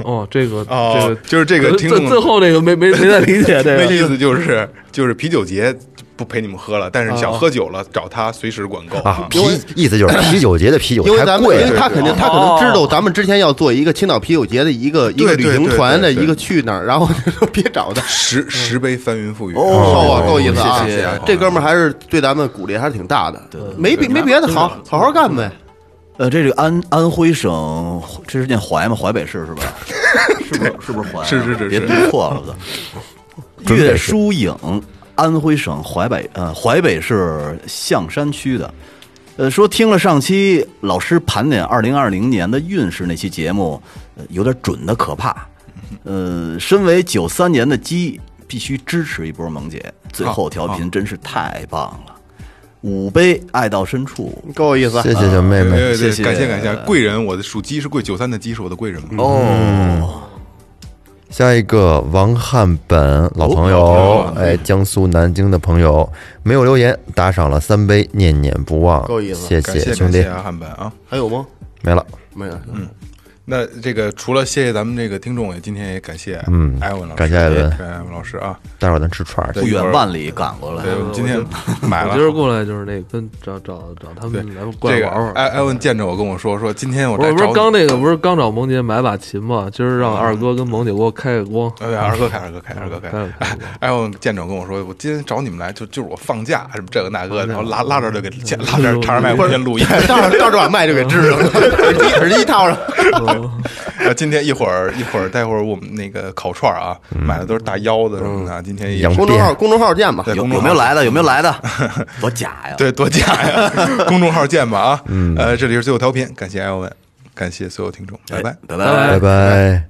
D: 哦，这个
C: 嗯哦
D: 这个呃
C: 就是这个
D: 最
C: 听众
D: 最后这个没没没太理解这个
C: 那意思就是就是啤酒节不陪你们喝了，但是想
D: 啊
C: 喝酒了找他随时管够
B: 啊，啤意思就是啤酒节的啤酒
F: 因为
B: 太
F: 咱们，
B: 贵
F: 因为他肯定，他可能知道咱们之前要做一个青岛啤酒节的一个一个
C: 对对
F: 旅行团的
C: 对对对
F: 一个去哪儿，然后就说别找他，
C: 十十杯翻云覆雨
F: 哦，够意思啊
C: 谢谢谢谢！
F: 这哥们儿还是对咱们鼓励还是挺大的，没别没别的好，好好干呗。
E: 呃，这个安安徽省，这是念淮吗？淮北市 是吧？是不是是不是淮啊？
C: 是是是
E: 别
C: 是
E: 读错了我 操。岳疏影，安徽省淮北呃淮北市象山区的。呃，说听了上期老师盘点二零二零年的运势那期节目，呃有点准的可怕。呃，身为九三年的鸡，必须支持一波萌姐。最后调频真是太棒了，五杯爱到深处，
F: 够意思啊
B: 谢谢小妹妹，
C: 对对
E: 嗯谢谢
C: 感谢感谢贵人，我的属鸡是贵九三的鸡是我的贵人
F: 嗯
C: 嘛？
E: 哦，
B: 下一个王汉本老朋
C: 哦
B: 友
C: 老，朋友
B: 哎，江苏南京的朋友没有留言，打赏了三杯，念念不忘，
F: 够意思
B: 谢
C: 感谢
B: 兄
C: 感
B: 弟
C: 谢，啊，汉本啊。
F: 还有吗？
B: 没了，
F: 没有。
C: 那这个除了谢谢咱们这个听众，也今天也感谢
B: 嗯
C: 艾文老师，
B: 感谢艾文
C: 感谢艾文老师啊。
B: 待会儿咱吃串儿去
E: 不远万里赶过来
C: 对，。我们今天买
D: 我
C: 了
D: 今。儿过来就是那跟找找找他
C: 对
D: 们来过来
C: 这个
D: 玩玩。
C: 艾艾文见着我跟我说说，今天我
D: 不
C: 来
D: 是不
C: 找
D: 是
C: 你
D: 刚那个不是刚找萌姐买把琴吗？今儿让二哥跟萌姐给我开个光。
C: 哎呀，二哥开，二哥开，二哥开
D: 嗯。
C: 哎哎，我见着跟我说，我今天找你们来，就就是我放假，什么这个那个的，然后拉拉着就给拉着插着麦克风录 音。
F: 到时候到时候把麦就给支上 了，耳机耳机套上。
C: 啊，今天一会儿一会儿，待会儿我们那个烤串儿啊，
F: 嗯
C: 买的都是大腰子什么的啊，今天也
B: 羊
F: 公众号公众号见吧。
C: 对
E: 有
C: 公众
E: 有
C: 号
E: 没有来的？有没有 来的？多假呀！
C: 对，多假呀！公众号见吧啊！呃，这里是最后调频，感谢艾文，感谢所有听众，拜拜。
E: 拜
B: 拜拜。